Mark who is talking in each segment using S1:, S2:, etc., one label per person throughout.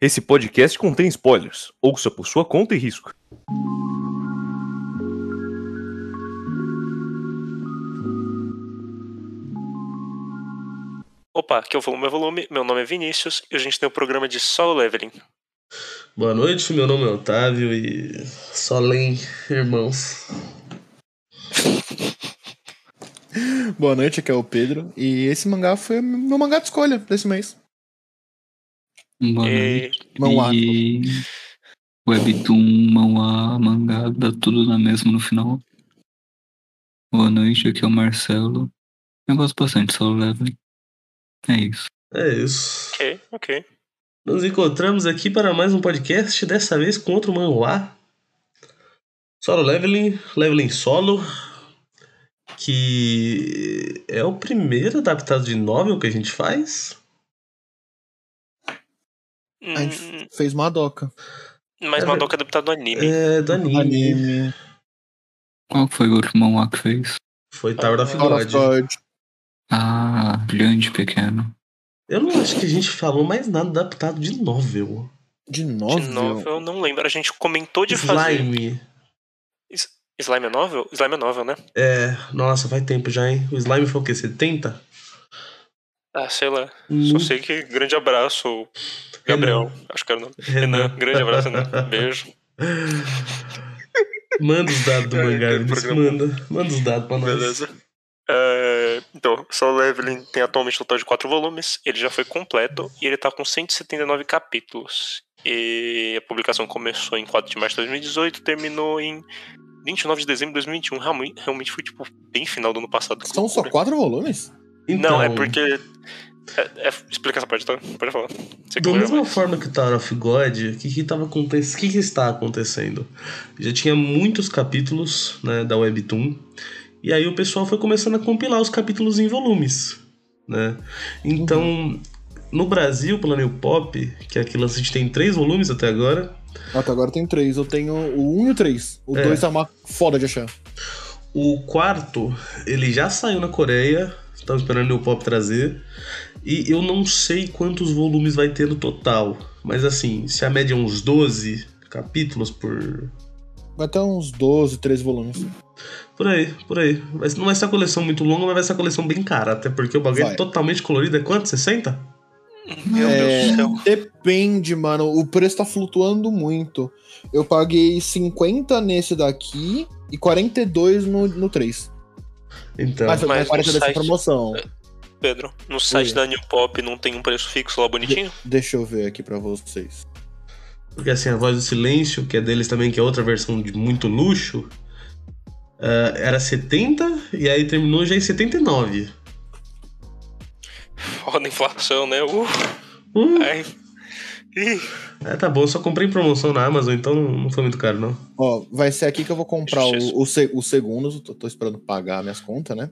S1: Esse podcast contém spoilers. Ouça por sua conta e risco.
S2: Opa, que é o Volume é Volume, meu nome é Vinícius e a gente tem o programa de Solo Leveling.
S3: Boa noite, meu nome é Otávio e. Solém, irmãos.
S4: Boa noite, aqui é o Pedro. E esse mangá foi o meu mangá de escolha desse mês.
S5: Boa
S2: E-
S5: noite.
S4: É, Mão A.
S5: E Webtoon, mão A, mangá, dá tudo na mesma no final. Boa noite, aqui é o Marcelo. Eu gosto bastante de Solo Leveling. É isso.
S3: É isso.
S2: Ok, ok.
S3: Nos encontramos aqui para mais um podcast, dessa vez com outro manhua. Solo Leveling, Leveling Solo, que é o primeiro adaptado de novel que a gente faz.
S4: A
S2: Hum,
S4: gente fez Madoka.
S2: mas
S3: é
S2: Madoka é adaptado do anime.
S3: É do anime.
S4: Um Anime.
S5: Qual foi o outro mão A que fez?
S3: Foi Tower of
S4: Out of
S3: God.
S4: God.
S5: Ah, grande pequeno.
S3: Eu não acho que a gente falou mais nada adaptado de novel.
S4: De
S2: De
S4: novo.
S2: novel, eu não lembro. A gente comentou de fazer.
S3: Slime.
S2: Slime é novel? Slime é novel, né?
S3: É, nossa, faz tempo já, hein? O Slime foi o quê? 70?
S2: Ah, sei lá. Só
S3: Hum,
S2: sei que grande abraço, Gabriel. Acho que era o nome. Renan, grande abraço, Renan. Beijo.
S3: Manda os dados do
S2: É,
S3: mangá,
S2: que
S3: Vinícius,
S2: programa.
S3: manda. Manda os dados pra nós.
S2: Beleza. É, então, Soul Leveling tem atualmente um total de 4 volumes, ele já foi completo e ele tá com 179 capítulos. E a publicação começou em 4 de março de 2018, terminou em 29 de dezembro de 2021. Realmente, realmente foi tipo bem final do ano passado.
S4: São só quatro volumes?
S3: Então,
S2: Não, é porque. É, é, explica essa parte, tá? Pode falar. Você que
S3: Da
S2: lembra
S3: mesma
S2: mais.
S3: forma que o Tower of God, o que, que, tava aconte- que, que está acontecendo? Já tinha muitos capítulos né, da Webtoon, e aí o pessoal foi começando a compilar os capítulos em volumes. Né? Então, no Brasil, pela New Pop, que é aquele lance, a gente tem três volumes até agora,
S4: Até agora tem três. Eu tenho o um e o três. O
S3: É.
S4: dois é uma foda de achar.
S3: O quarto, ele já saiu na Coreia, tava esperando o Pop trazer. E eu não sei quantos volumes vai ter no total. Mas assim, se a média é uns 12 capítulos por.
S4: Vai ter uns 12, 13 volumes.
S3: Por aí, por aí. Mas não vai ser a coleção muito longa, mas vai ser a coleção bem cara. Até porque o bagulho é
S4: Vai.
S3: totalmente colorido é quanto? 60?
S2: Meu Deus
S4: É,
S2: do céu.
S4: Depende, mano. O preço tá flutuando muito. Eu paguei 50 nesse daqui e 42 no, no 3.
S3: Então.
S4: Mas,
S2: Mas
S4: mas
S2: no
S4: 42 dessa
S2: site-
S4: promoção.
S2: Pedro, no site
S4: Oi.
S2: da New Pop não tem um preço fixo lá bonitinho?
S4: Deixa eu ver aqui pra vocês.
S3: Porque assim, a Voz do Silêncio, que é deles também, que é outra versão de muito luxo, ah, era 70 e aí terminou já em 79.
S2: Foda a inflação, né? Uh,
S3: Hum,
S2: ai. Ih.
S3: É, tá bom, eu só comprei em promoção na Amazon, então não não foi muito caro, não.
S4: Ó, vai ser aqui que eu vou comprar
S2: Justiça.
S4: o, o, se- o segundo. eu Tô, tô esperando pagar minhas contas, né?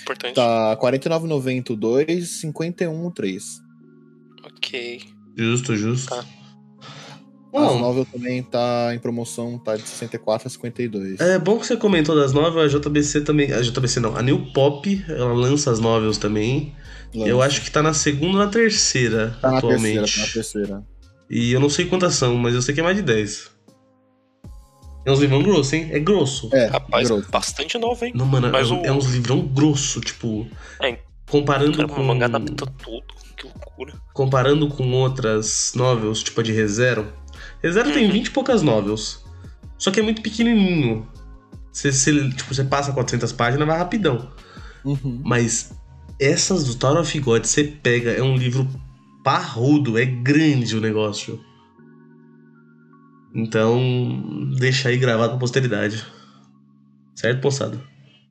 S2: Importante.
S4: Tá 49,90 o 2, 51 o 3.
S2: Ok.
S3: Justo, justo.
S2: Tá.
S4: As
S3: Bom,
S4: 9 também tá em promoção, tá de 64 a 52.
S3: é bom que você comentou das novels, a JBC também. A JBC não, a New Pop, ela lança as novels também. Eu acho que tá na segunda ou na terceira
S4: tá na
S3: atualmente.
S4: terceira, tá na terceira.
S3: E eu não sei quantas são, mas eu sei que é mais de 10. É uns livrão grosso, hein? É grosso.
S4: É,
S2: Rapaz,
S4: grosso.
S2: bastante novo, hein?
S3: Não, mano,
S2: Mas
S3: é, um-
S2: o-
S3: é uns livrão grosso, tipo.
S2: É,
S3: Comparando
S2: Caramba,
S3: com.
S2: o mangá adapta tudo. Que loucura.
S3: comparando com outras novels, tipo a de ReZero, ReZero tem
S2: Uhum.
S3: 20 e poucas novels. Só que é muito pequenininho. Você, você, tipo, você passa 400 páginas, vai rapidão.
S4: Uhum.
S3: Mas essas do Tower of God, você pega, é um livro parrudo, é grande o negócio. Então, deixa aí gravado pra posteridade. Certo, poçado?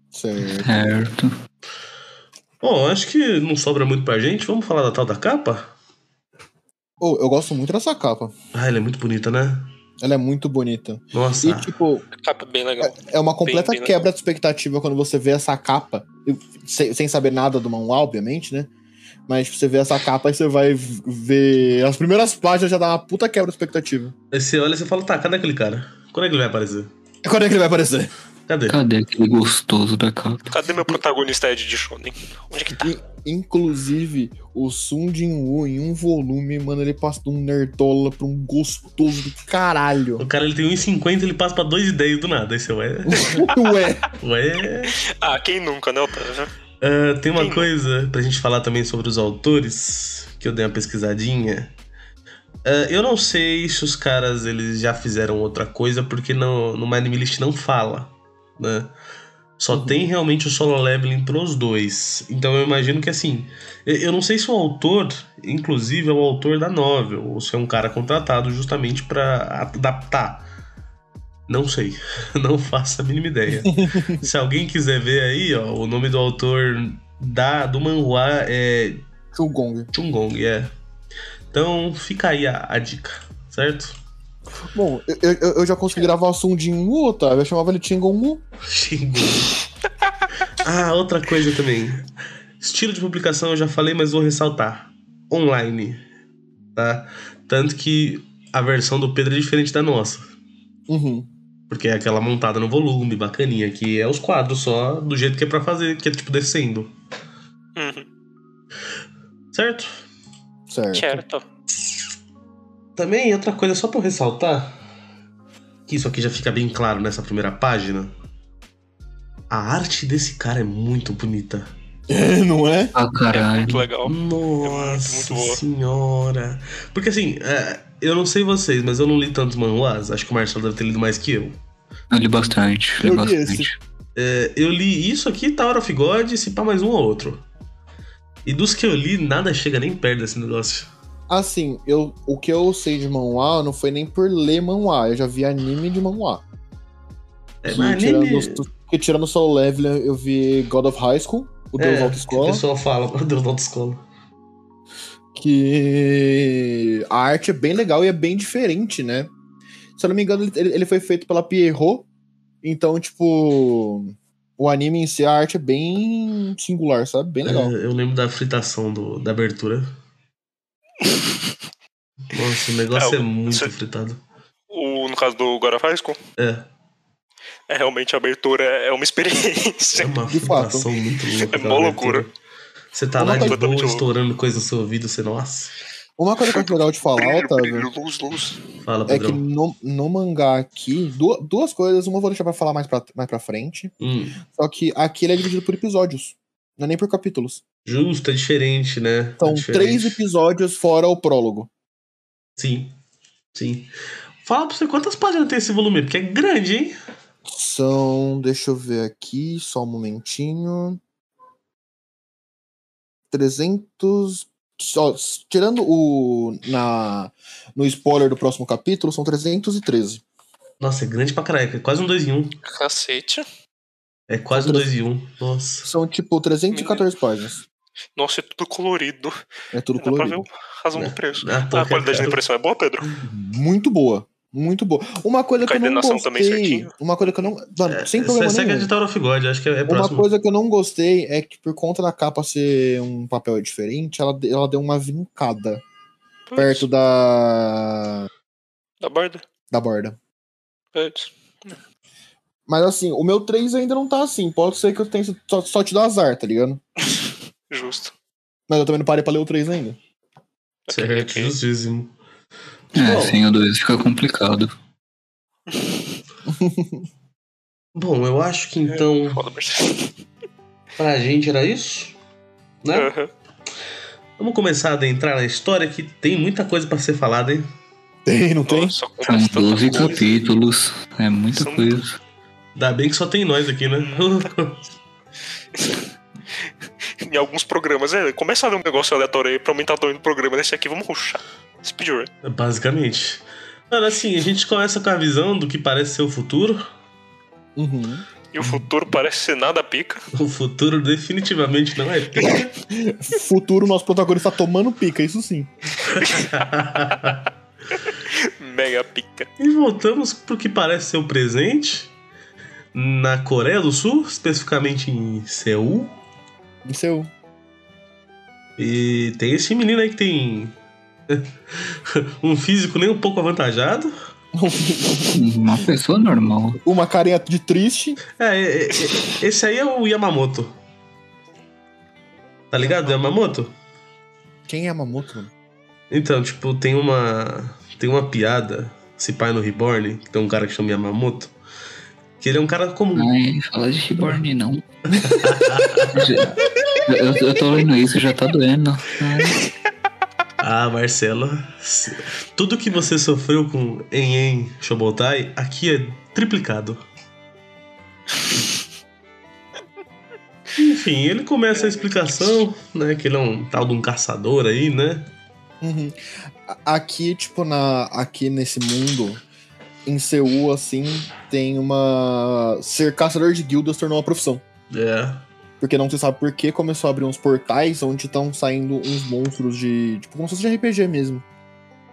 S4: Certo.
S5: Certo.
S3: Bom, acho que não sobra muito pra gente. Vamos falar da tal da capa?
S4: Oh, eu gosto muito dessa capa.
S3: Ah, ela é muito bonita, né?
S4: Ela é muito bonita.
S3: Nossa.
S4: E, tipo,
S2: A capa é bem legal.
S4: é uma completa
S2: bem, né?
S4: quebra de expectativa quando você vê essa capa. Eu- Sem, sem saber nada do manual, obviamente, né? Mas você vê essa capa e você vai v- ver. As primeiras páginas já dá uma puta quebra de expectativa.
S3: Aí você olha e você fala, tá, cadê aquele cara? Quando é que ele vai aparecer?
S4: Quando é que ele vai aparecer?
S3: Cadê?
S5: Cadê aquele gostoso da capa?
S2: Cadê meu protagonista Ed de Shonen? Onde é que tá?
S4: Inclusive, o Sun Jin-woo, em um volume, mano, ele passa de um nerdola pra um gostoso do caralho.
S3: O cara ele tem 1,50 ele passa pra 2,10 do nada. Esse é o E.
S4: Ué,
S3: O E.
S2: Ah, quem nunca, né, Otávio?
S3: Ah, tem uma
S2: Sim.
S3: coisa pra gente falar também sobre os autores, que eu dei uma pesquisadinha. Ah, eu não sei se os caras eles já fizeram outra coisa, porque no, no Anime List não fala, né? Só tem realmente o solo leveling pros dois. Então eu imagino que assim. eu- Eu não sei se o autor, inclusive, é o autor da novel, ou se é um cara contratado justamente pra adaptar. Não sei. Não faço a mínima ideia. Se alguém quiser ver aí, ó, o nome do autor da, do manhua é
S4: Chugong.
S3: Chungong, é. Então fica aí a, a dica, certo?
S4: Bom, eu, eu, eu já consegui gravar o Sun Jin-woo, Otávio. Eu chamava ele Chingon-woo.
S3: Chungong. ah, outra coisa também. Estilo de publicação eu já falei, mas vou ressaltar. Online, tá? Tanto que a versão do Pedro é diferente da nossa.
S4: Uhum.
S3: Porque é aquela montada no volume, bacaninha, que é os quadros só do jeito que é pra fazer, que é tipo descendo,
S2: Uhum,
S3: certo? É.
S4: Certo.
S2: certo.
S3: Também, outra coisa, só pra eu ressaltar, que isso aqui já fica bem claro nessa primeira página. A arte desse cara é muito bonita.
S4: Não é?
S5: Ah,
S2: É
S5: caralho.
S2: muito legal.
S3: Nossa
S2: muito boa.
S3: senhora. Porque assim, é, eu não sei vocês, mas eu não li tantos manhuas. Acho que o Marcelo deve ter lido mais que eu.
S5: Eu li bastante, li
S4: É, Eu li
S5: bastante.
S3: É, eu li isso aqui, Tower of God, e se pá mais um ou outro. E dos que eu li, nada chega nem perto desse negócio.
S4: Assim, eu, o que eu sei de manhwa não foi nem por ler manhwa. Eu já vi anime de manhwa.
S3: É,
S4: Que
S3: mas
S4: tirando,
S3: anime-
S4: os- que tirando só o level, eu vi God of High School, o Deus
S3: é,
S4: Alta
S3: O
S4: Escola,
S3: pessoal fala, meu Deus, da autoescola.
S4: que a arte é bem legal e é bem diferente, né? Se eu não me engano, ele, ele foi feito pela Pierrot, então, tipo, o anime em si, a arte é bem singular, sabe? Bem legal.
S3: É, eu lembro da fritação do, da abertura. Nossa, o negócio
S2: É,
S3: é, muito
S2: você-
S3: fritado.
S2: O, no caso do God of High School,
S3: É,
S2: é realmente a abertura é uma experiência.
S3: é uma
S4: De fato. É
S3: fritação muito louca.
S2: É
S3: aquela
S2: mó
S3: abertura.
S2: loucura.
S3: Você tá
S4: Uma
S3: lá de
S2: coisa
S3: boa
S2: totalmente louca.
S3: estourando coisa no seu ouvido, você, nossa.
S4: Uma coisa que eu acho legal de falar,
S2: Brilho,
S4: Otávio,
S2: brilho, luz, luz.
S3: Fala,
S4: É que
S3: Pedrão.
S4: no, no mangá aqui, du- duas coisas, uma eu vou deixar pra falar mais pra, mais pra frente.
S3: Hum,
S4: Só que aqui ele é dividido por episódios. Não é nem por capítulos.
S3: justo, é diferente, né?
S4: São
S3: é diferente.
S4: três episódios fora o prólogo.
S3: Sim, sim. Fala pra você quantas páginas tem esse volume, porque é grande, hein?
S4: São. Deixa eu ver aqui, só um momentinho. 300. Ó, s- tirando o. Na, no spoiler do próximo capítulo, são 313.
S3: Nossa, é grande pra caraca. É quase um 2 em 1. Um.
S2: Cacete.
S3: É quase um 2 em 1. Um. Nossa.
S4: São tipo 314 páginas.
S2: Nossa, é tudo colorido.
S4: É tudo
S2: Uhum. Dá pra ver
S4: colorido.
S2: a razão do preço.
S3: Ah,
S2: a qualidade da impressão é boa, Pedro?
S4: Muito boa. Muito boa. Uma coisa que eu não
S2: Coordenação
S4: gostei.
S2: também certinho.
S4: Uma coisa que eu não. Mano,
S3: É,
S4: sem
S3: essa-
S4: problema
S3: essa é a
S4: nenhum.
S3: de Tower of God, acho que é, é
S4: Uma
S3: próximo.
S4: coisa que eu não gostei é que por conta da capa ser um papel diferente, ela, de- ela deu uma vincada
S2: Hum.
S4: perto da,
S2: Da borda?
S4: da borda.
S2: Putz.
S4: Mas assim, o meu 3 ainda não tá assim. Pode ser que eu tenha só, só te dado azar, tá ligado?
S2: Justo.
S4: Mas eu também não parei pra ler o 3 ainda.
S2: Ok,
S3: Certo,
S2: ok.
S3: justíssimo.
S5: É,
S3: Bom.
S5: sem o 2 fica complicado.
S3: Bom, eu acho que então
S2: Foda, Marcelo.
S3: pra gente era isso, né?
S2: Aham.
S3: Vamos começar a adentrar na história que tem muita coisa pra ser falada, hein?
S4: Tem, não tem?
S2: Nossa,
S5: São
S4: tá
S2: acontece tanta
S5: 12
S2: coisa.
S5: capítulos, é muita
S2: São
S5: coisa.
S3: Ainda bem que só tem nós aqui, né?
S2: Em alguns programas, é, começa a ler um negócio aleatório aí pra aumentar o tamanho do programa desse aqui, vamos ruxar. Speedrun.
S3: Basicamente. Mano, assim, a gente começa com a visão do que parece ser o futuro.
S4: Uhum.
S2: E o futuro parece ser nada pica.
S3: O futuro definitivamente não é pica.
S4: Futuro, nosso protagonista tá tomando pica, isso sim.
S2: Mega pica.
S3: e voltamos pro que parece ser o presente. Na Coreia do Sul, especificamente em Seul.
S4: Isso eu.
S3: E tem esse menino aí que tem um físico nem um pouco avantajado.
S5: Uma pessoa normal.
S4: Uma carinha de triste.
S3: É, é, é, esse aí é o Yamamoto. Tá ligado, Yamamoto?
S4: Quem é Mamoto, mano?
S3: Então, tipo, tem uma. Tem uma piada, se pai no Reborn, que tem um cara que chama Yamamoto, que ele é um cara comum.
S5: Ai, falar de reborn não. Já- eu, eu tô lendo isso, já tá doendo. Ai,
S3: Ah, Marcelo. se- Tudo que você sofreu com Enhen Shobotai, aqui é triplicado. Enfim, ele começa a explicação, né? Que ele é um tal de um caçador aí, né?
S4: Uhum. A- Aqui, tipo, na, aqui nesse mundo, em Seul, assim, tem uma. Ser caçador de guildas tornou uma profissão.
S3: É.
S4: Porque não se sabe por que começou a abrir uns portais onde estão saindo uns monstros de. Tipo, como se fosse de RPG mesmo.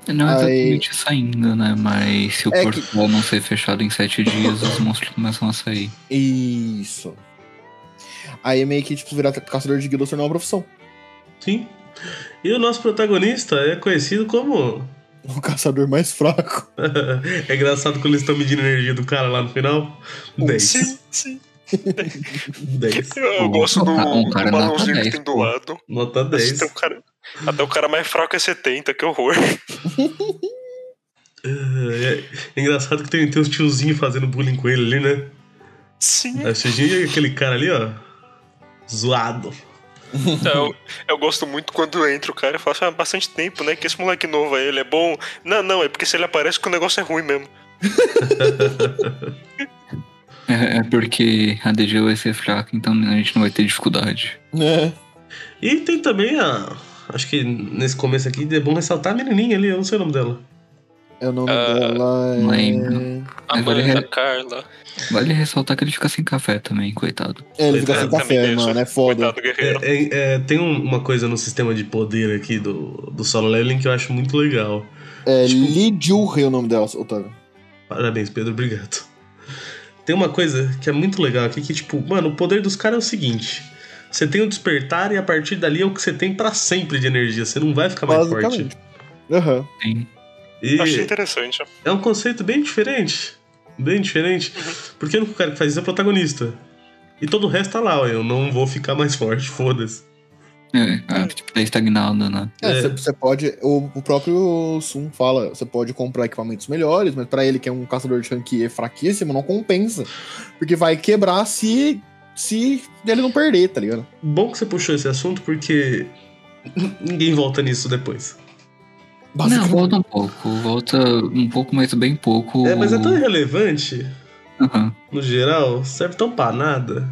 S5: Não é
S4: Ai.
S5: exatamente isso ainda, né? Mas se o
S4: É
S5: portal não ser fechado em sete dias, os monstros começam a sair.
S4: Isso. Aí é meio que, tipo, virar caçador de guildas tornou uma profissão.
S3: Sim. E o nosso protagonista é conhecido como.
S4: O caçador mais fraco.
S3: é engraçado quando eles estão medindo a energia do cara lá no final. 10.
S2: Sim, sim.
S3: 10.
S2: Eu
S5: Um-
S2: gosto do,
S5: um
S2: do
S5: cara nota
S2: balãozinho que
S5: 10,
S2: tem do
S5: pô.
S2: lado.
S3: Nota
S2: Nossa,
S3: 10.
S2: tem um cara- até o cara mais fraco é 70, que horror.
S3: É, é engraçado que tem, tem uns tiozinhos fazendo bullying com ele ali, né?
S2: Sim.
S3: Aí você vê aquele cara ali, ó. Zoado.
S2: Eu, Então, eu gosto muito quando entra o cara e fala assim, ah, bastante tempo, né? Que esse moleque novo aí, ele é bom. Não, não, é porque se ele aparece que o negócio é ruim mesmo.
S5: É, é porque a DG vai ser fraca, então a gente não vai ter dificuldade.
S4: Né?
S3: E tem também a. Acho que nesse começo aqui é bom ressaltar a menininha ali, eu não sei o nome dela.
S4: É o nome
S2: Ah,
S4: dela. É...
S5: lembro. Agora
S2: Amanda,
S5: ele-
S2: Carla.
S5: Vale ressaltar que ele fica sem café também, coitado.
S4: É, ele fica
S3: Coitado,
S4: sem café,
S2: também
S4: mano.
S2: isso.
S4: É foda.
S2: Coitado, guerreiro.
S3: É, é- é, tem um- uma coisa no sistema de poder aqui do, do solo leveling que eu acho muito legal.
S4: É
S3: Tipo-
S4: Li Jurre o nome dela, Otávio.
S3: Parabéns, Pedro, obrigado. Tem uma coisa que é muito legal aqui que, tipo, mano, o poder dos caras é o seguinte: você tem o despertar e a partir dali é o que você tem pra sempre de energia, você não vai ficar mais forte.
S4: Basicamente. Aham.
S5: Tem
S3: E
S2: Achei interessante.
S3: é um conceito bem diferente. Bem diferente.
S2: Uhum.
S3: Porque o único cara que faz isso é o protagonista. E todo o resto tá lá, ó. Eu não vou ficar mais forte, foda-se.
S5: É, é, tipo, tá estagnado, né?
S4: É,
S3: É.
S4: você pode. O, o próprio Sun fala, você pode comprar equipamentos melhores, mas pra ele que é um caçador de ranquier fraquíssimo, não compensa. Porque vai quebrar se. se ele não perder, tá ligado?
S3: Bom que você puxou esse assunto porque ninguém volta nisso depois.
S5: Não, volta um pouco. Volta um pouco, mas bem pouco.
S3: É, mas é tão irrelevante,
S5: Aham.
S3: no geral, serve tão pra nada.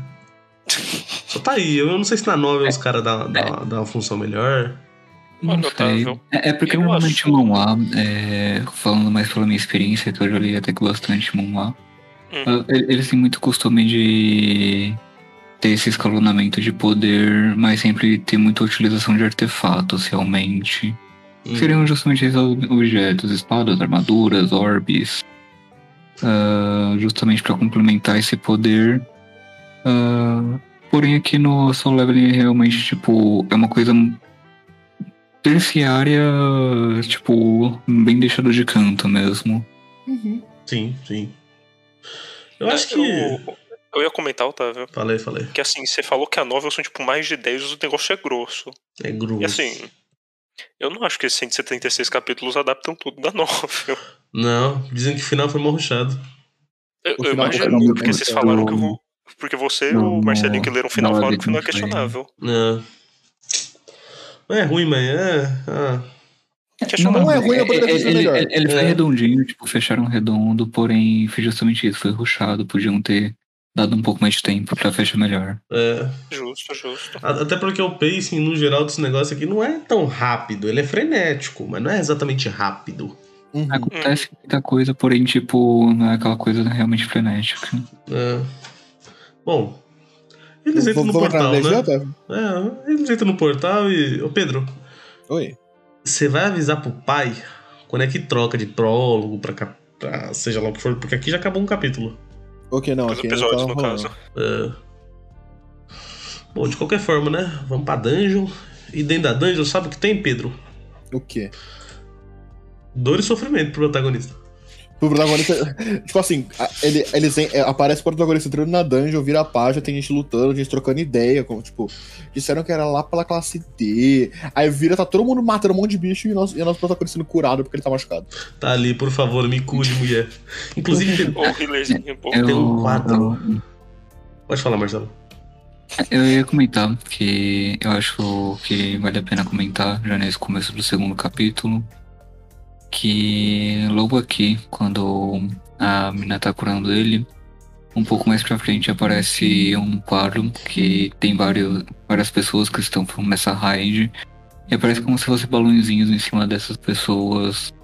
S3: Só tá aí. Eu não sei se na novela os caras dão dá, dá uma função melhor.
S5: Não
S2: Olha,
S5: sei.
S2: Otávio,
S5: É, é porque
S2: eu
S5: normalmente
S2: acho-
S5: o Manhwa, é, falando mais pela minha experiência, que eu já li até que bastante Manhwa,
S2: Hum.
S5: ah, e- eles têm muito costume de ter esse escalonamento de poder, mas sempre tem muita utilização de artefatos, realmente. Uhum.
S3: Hum,
S5: Seriam justamente esses objetos, espadas, armaduras, orbes, ah, justamente para complementar esse poder. Ah, porém, aqui no Soul Leveling é realmente tipo é uma coisa terciária, tipo bem deixado de canto mesmo.
S4: Uhum.
S3: Sim, sim. Eu acho que.
S2: É, Eu, eu ia comentar, Otávio,
S3: Falei, falei.
S2: que assim, você falou que a novel são tipo mais de 10, o negócio é grosso.
S3: É grupo.
S2: E assim, eu não acho que esses 176 capítulos adaptam tudo da novel.
S3: Não, dizem que o final foi morruchado.
S2: Eu,
S4: O
S2: eu
S4: final-
S2: imagino,
S4: o final-
S2: porque vocês falaram que o. Porque você e o
S5: Não,
S2: Marcelinho que leram o final
S5: não,
S2: falaram que o final é
S5: não sei.
S2: questionável.
S3: É. É ruim, mas é. ah.
S2: Questionável.
S4: Não é ruim, eu poderia ter sido
S5: ele,
S4: melhor.
S5: ele, ele foi
S3: É.
S5: redondinho, tipo, fecharam redondo, porém foi justamente isso, foi ruchado, podiam ter dado um pouco mais de tempo pra fechar melhor.
S3: É.
S2: Justo, justo.
S3: A- Até porque o pacing, no geral, desse negócio aqui não é tão rápido. Ele é frenético, mas não é exatamente rápido.
S4: Uhum.
S5: Acontece muita coisa, porém, tipo, não é aquela coisa realmente frenética.
S3: É. Bom, eles entram no
S4: Vamos entrar
S3: portal,
S4: na DG,
S3: né?
S4: Otávio?
S3: É, eles entram no portal e. Ô Pedro,
S4: Oi.
S3: você vai avisar pro pai quando é que troca de prólogo pra, cap- pra seja lá o que for, porque aqui já acabou um capítulo.
S4: Ok, então não,
S2: Os
S4: aqui não
S2: episódios,
S4: tava
S2: no
S4: rolando.
S2: caso.
S3: É. Bom, de qualquer forma, né? Vamos pra dungeon. E dentro da dungeon, sabe o que tem, Pedro?
S4: O quê?
S3: Dor e sofrimento pro protagonista.
S4: O protagonista. tipo assim, a- ele, eles en- é, aparece o protagonista entrando na dungeon, vira a página, tem gente lutando, gente trocando ideia. Como, tipo, disseram que era lá pela classe D. Aí vira, tá todo mundo matando um monte de bicho e o nosso, e o nosso protagonista sendo curado porque ele tá machucado.
S3: Tá ali, por favor, me cuide, mulher. Inclusive, tem-
S2: Ou healerzinho, pô.
S5: Eu,
S3: Tem um quadro.
S5: eu-
S3: pode falar, Marcelo.
S5: eu ia comentar que eu acho que vale a pena comentar já nesse começo do segundo capítulo. Que logo aqui, quando a mina tá curando ele, um pouco mais pra frente aparece um quadro que tem vários, várias pessoas que estão nessa raid. E aparece como se fossem balõezinhos em cima dessas pessoas,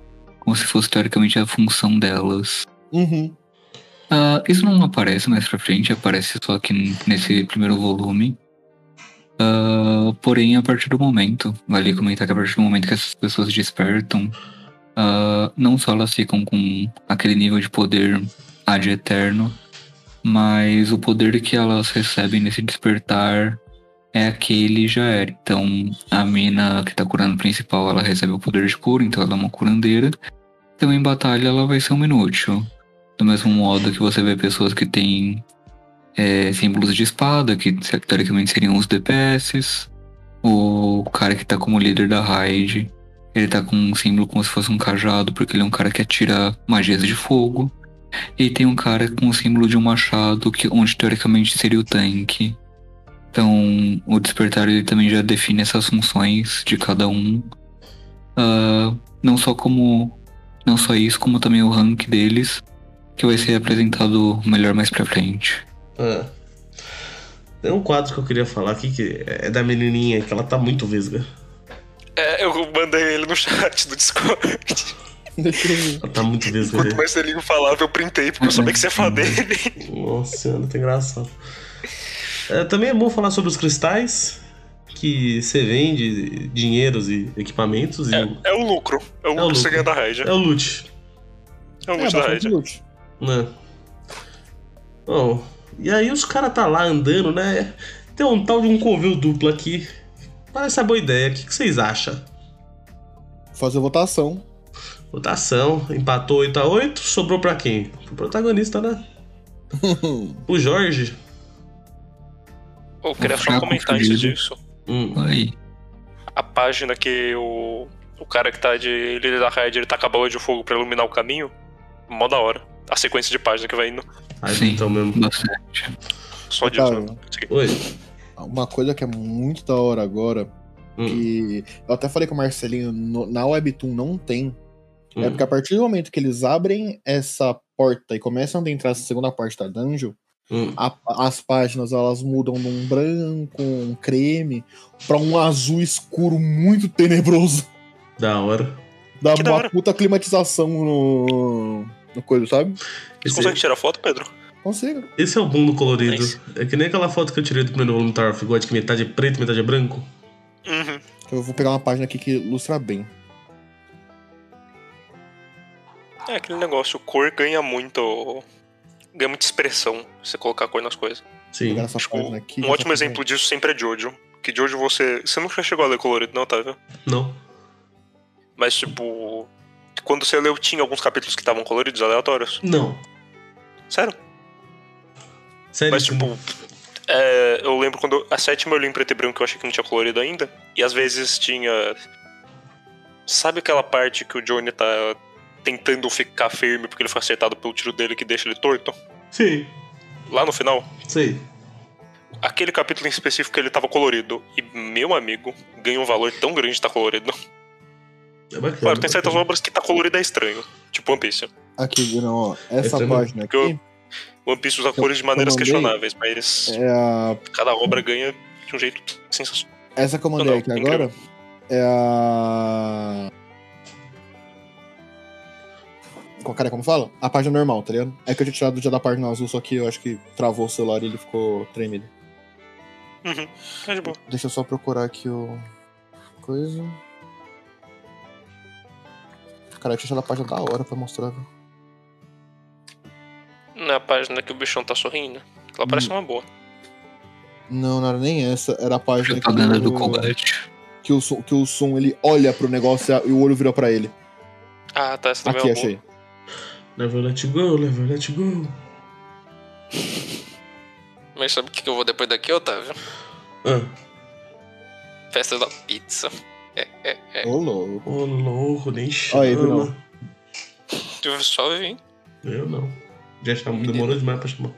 S5: como se fosse teoricamente a função delas.
S4: Uhum.
S5: Ah, isso não aparece mais pra frente, aparece só aqui n- nesse primeiro volume. Ah, porém, a partir do momento, vale comentar que a partir do momento que essas pessoas despertam, ah, não só elas ficam com aquele nível de poder ad eterno, mas o poder que elas recebem nesse despertar é aquele já era. Então, a mina que tá curando principal, ela recebe o poder de cura, então ela é uma curandeira. Então, em batalha, ela vai ser uma inútil. Do mesmo modo que você vê pessoas que têm é, símbolos de espada, que se- teoricamente seriam os DPS. O cara que tá como líder da raid, ele tá com um símbolo como se fosse um cajado, porque ele é um cara que atira magias de fogo. E tem um cara com o símbolo de um machado, que onde teoricamente seria o tanque. Então, o despertar ele também já define essas funções de cada um. Ah, não só como não só isso, como também o rank deles que vai ser apresentado melhor mais pra frente.
S3: Ah. Tem um quadro que eu queria falar aqui, que é da menininha, que ela tá muito vesga.
S2: É, eu mandei ele no chat do Discord.
S4: Deixa eu ver.
S3: Ela tá muito vesga.
S2: Quanto
S3: né?
S2: mais ele falava, eu printei, porque eu sabia que você ia falar dele.
S3: Nossa senhora, tá engraçado. É, também é bom falar sobre os cristais, que você vende dinheiros e equipamentos. E o-
S2: É o lucro. É o lucro que você
S3: lucro.
S2: ganha da raid.
S3: é o loot.
S2: É o
S4: É,
S2: loot da
S4: bastante
S2: raid.
S4: loot.
S3: né? Bom, e aí os caras tá lá andando, né? Tem um tal de um convívio duplo aqui. Parece uma boa ideia. O que, que vocês acham?
S4: Fazer votação.
S3: Votação, empatou 8 a 8 sobrou pra quem? Pro protagonista, né? O Jorge.
S2: Eu queria só
S5: Fraco,
S2: comentar antes
S5: fudido.
S2: disso.
S3: Hum,
S5: Aí,
S2: A página que o, o cara que tá de líder da raid, ele tá com a bola de fogo pra iluminar o caminho. Mó da hora. A sequência de página que vai indo.
S3: aí
S5: Sim.
S3: então mesmo.
S5: bastante.
S2: Só disso.
S4: Cara,
S2: né? Isso aqui.
S3: Oi.
S4: Uma coisa que é muito da hora agora,
S3: Hum,
S4: que eu até falei com o Marcelinho, no- na Webtoon não tem, É
S3: hum,
S4: porque a partir do momento que eles abrem essa porta e começam a entrar essa segunda parte da dungeon,
S3: hum.
S4: a- as páginas elas mudam de um branco, um creme, pra um azul escuro muito tenebroso.
S3: Da hora.
S4: Dá
S2: Que da
S4: uma
S2: hora.
S4: puta climatização no, no coisa, sabe?
S2: Você
S3: Esse,
S2: consegue tirar foto, Pedro?
S4: Consigo.
S3: esse é o bom do colorido.
S2: Nice.
S3: É que nem aquela foto que eu tirei do primeiro volume do Tower of God, que metade é preto, metade é branco.
S2: Uhum.
S4: Eu vou pegar uma página aqui que ilustra bem.
S2: É aquele negócio, cor ganha muito. Ganha muita expressão você colocar cor nas coisas.
S4: Vou
S3: Sim.
S4: pegar essa
S2: Tipo,
S4: página aqui.
S2: um
S4: essa
S2: ótimo
S4: página
S2: exemplo disso sempre é Jojo. Que Jojo você. Você nunca chegou a ler colorido, não, tá, viu?
S3: Não.
S2: Mas, tipo. Quando você leu, tinha alguns capítulos que estavam coloridos, aleatórios.
S3: Não.
S2: Sério?
S3: Sério?
S2: Mas,
S3: que
S2: tipo,
S3: não.
S2: é, eu lembro quando eu- a sétima eu li em preto e branco que eu achei que não tinha colorido ainda. E às vezes tinha. Sabe aquela parte que o Johnny tá tentando ficar firme porque ele foi acertado pelo tiro dele que deixa ele torto?
S3: Sim.
S2: Lá no final?
S3: Sei.
S2: Aquele capítulo em específico ele tava colorido. E, meu amigo, ganha um valor tão grande de tá colorido.
S3: É bacana.
S2: Claro, tem certas
S3: bacana.
S2: obras que tá colorido é estranho. Tipo One Piece.
S4: Aqui, não, ó. Essa
S3: Essa é
S4: página
S2: que eu-
S4: aqui
S2: One Piece usa cores de maneiras
S4: mandei-
S2: questionáveis, mas
S4: é a
S2: cada obra ganha de um jeito sensacional.
S4: Essa que eu mandei
S2: Não, não,
S4: aqui
S2: incrível.
S4: agora é a. Qual- Cara, como fala? A página normal, tá ligado? É que eu tinha tirado já da página azul, só que eu acho que travou o celular e ele ficou tremido.
S2: Uhum. É de boa.
S4: Deixa eu só procurar aqui o. Coisa. Cara, eu tinha tirado a página da hora pra mostrar. velho.
S2: Na página que o bichão tá sorrindo, ela parece
S4: Hum.
S2: uma boa.
S4: Não, não era nem essa. Era a página que,
S5: Propaganda tá do
S4: o-
S5: combate.
S4: que, o, som, que o som ele olha pro negócio e a- e o olho vira pra ele.
S2: Ah, tá, essa também
S4: Aqui,
S2: é uma boa.
S4: achei.
S3: Never let go, never let go.
S6: Mas sabe o que que eu vou depois daqui, Otávio?
S3: Ah,
S6: Festa da pizza.
S2: É,
S4: Ô, louco.
S3: ô louco, nem
S4: Ó, Edu, não.
S3: chama.
S6: Tu só vem
S3: Eu não. Já chamo, demorou demais pra chamar.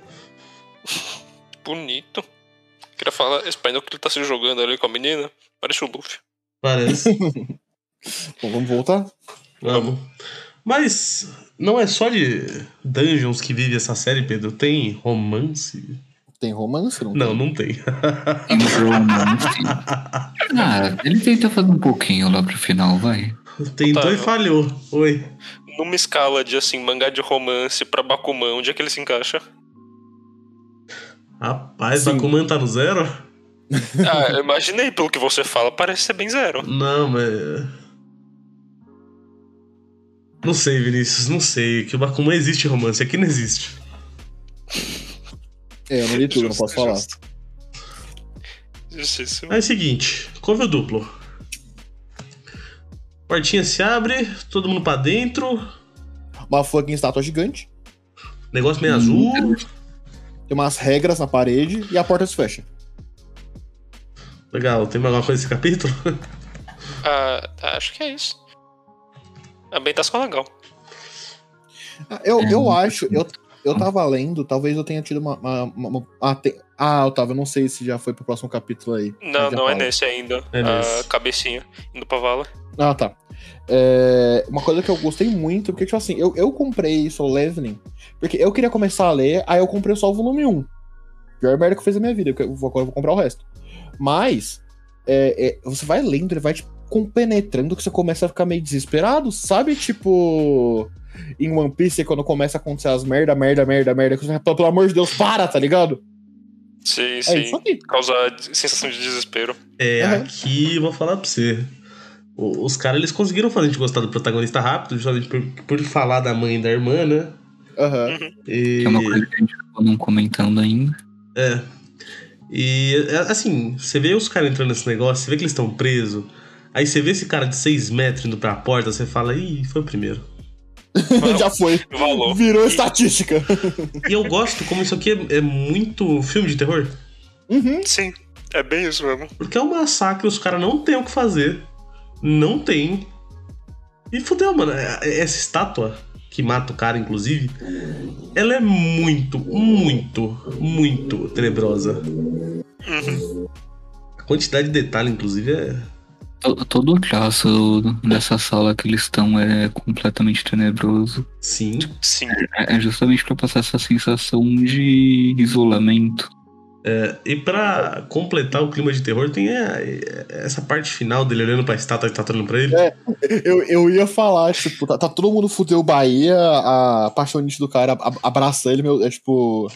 S6: bonito. Queria falar, esse painel que ele tá se jogando ali com a menina, parece o Luffy.
S3: Parece.
S4: Bom, vamos voltar?
S3: Vamos. Mas não é só de dungeons que vive essa série, Pedro. Tem romance?
S4: Tem romance? Não.
S3: Não, não tem.
S5: Tem um romance. Ah, ele tenta fazer um pouquinho lá pro final, vai.
S3: Tentou e
S2: Otávio.
S3: falhou. Oi.
S2: Numa escala de assim, mangá de romance pra Bakuman, onde é que ele se encaixa?
S3: Rapaz,
S4: Sim.
S3: Bakuman tá no zero?
S2: Ah, eu imaginei pelo que você fala, parece ser bem zero.
S3: Não, mas. Não sei, Vinícius, não sei. Que o Bakuman existe romance, aqui não existe.
S4: É, eu não li tudo, não
S2: Justo,
S4: posso falar.
S2: justo. Justíssimo.
S3: Aí é o seguinte: couve duplo. Portinha se abre, todo mundo pra dentro.
S4: Uma fucking estátua gigante,
S3: Negócio meio azul.
S4: tem umas regras na parede e a porta se fecha.
S3: Legal, tem mais alguma coisa nesse capítulo?
S2: Ah, acho que é isso. A ambientação é legal.
S4: Ah, Eu,
S5: É,
S4: eu
S5: não
S4: acho,
S5: sei.
S4: eu, eu tava lendo, talvez eu tenha tido uma. uma- uma- uma- ah, tem- ah, Otávio, eu não sei se já foi pro próximo capítulo aí.
S2: Não,
S4: Mas já
S2: não é
S4: falo.
S2: nesse ainda.
S3: É
S2: a
S3: nesse.
S2: cabecinha indo pra vala.
S4: Ah, tá. É, uma coisa que eu gostei muito, porque, tipo assim, eu, eu comprei Soul Leveling, porque eu queria começar a ler, aí eu comprei só o volume 1. Pior merda que eu fiz na minha vida, porque eu vou- agora eu vou comprar o resto. Mas, é, é, você vai lendo, ele vai te compenetrando que você começa a ficar meio desesperado, sabe? Tipo, em One Piece, quando começa a acontecer as merda, merda, merda, merda, que você vai, pelo pelo amor de Deus, para, tá ligado?
S2: Sim,
S4: É
S2: sim.
S4: isso aqui.
S2: Causa de- sensação de desespero.
S3: É,
S4: Uhum.
S3: aqui eu vou falar pra você. O- Os caras eles conseguiram fazer a gente gostar do protagonista rápido, justamente por, por falar da mãe e da irmã, né?
S4: Aham.
S3: E,
S5: Que é uma coisa que a gente acabou não comentando ainda.
S3: é. E é, assim, você vê os caras entrando nesse negócio, você vê que eles estão presos. Aí você vê esse cara de 6 metros indo pra porta, você fala, ih, foi o primeiro.
S2: Hum,
S4: Já foi.
S2: Valor.
S4: Virou estatística.
S3: E eu gosto como isso aqui é, é muito filme de terror.
S4: Uhum.
S2: Sim, é bem isso mesmo.
S3: Porque é um massacre, os caras não tem o que fazer. Não tem. E fudeu, mano. É- é- Essa estátua, que mata o cara, inclusive, ela é muito, muito, muito tenebrosa.
S2: Uhum.
S3: A quantidade de detalhe, inclusive, é.
S5: To- Todo o traço dessa sala que eles estão é completamente tenebroso.
S3: Sim.
S2: Sim,
S5: É é justamente pra passar essa sensação de isolamento.
S3: E pra completar o clima de terror, tem a- essa parte final dele olhando pra estátua e tá olhando pra ele.
S4: É. Eu, eu ia falar, tipo, tá, tá todo mundo fudeu o Bahia, a apaixonite do cara ab- abraça ele, meu, é tipo.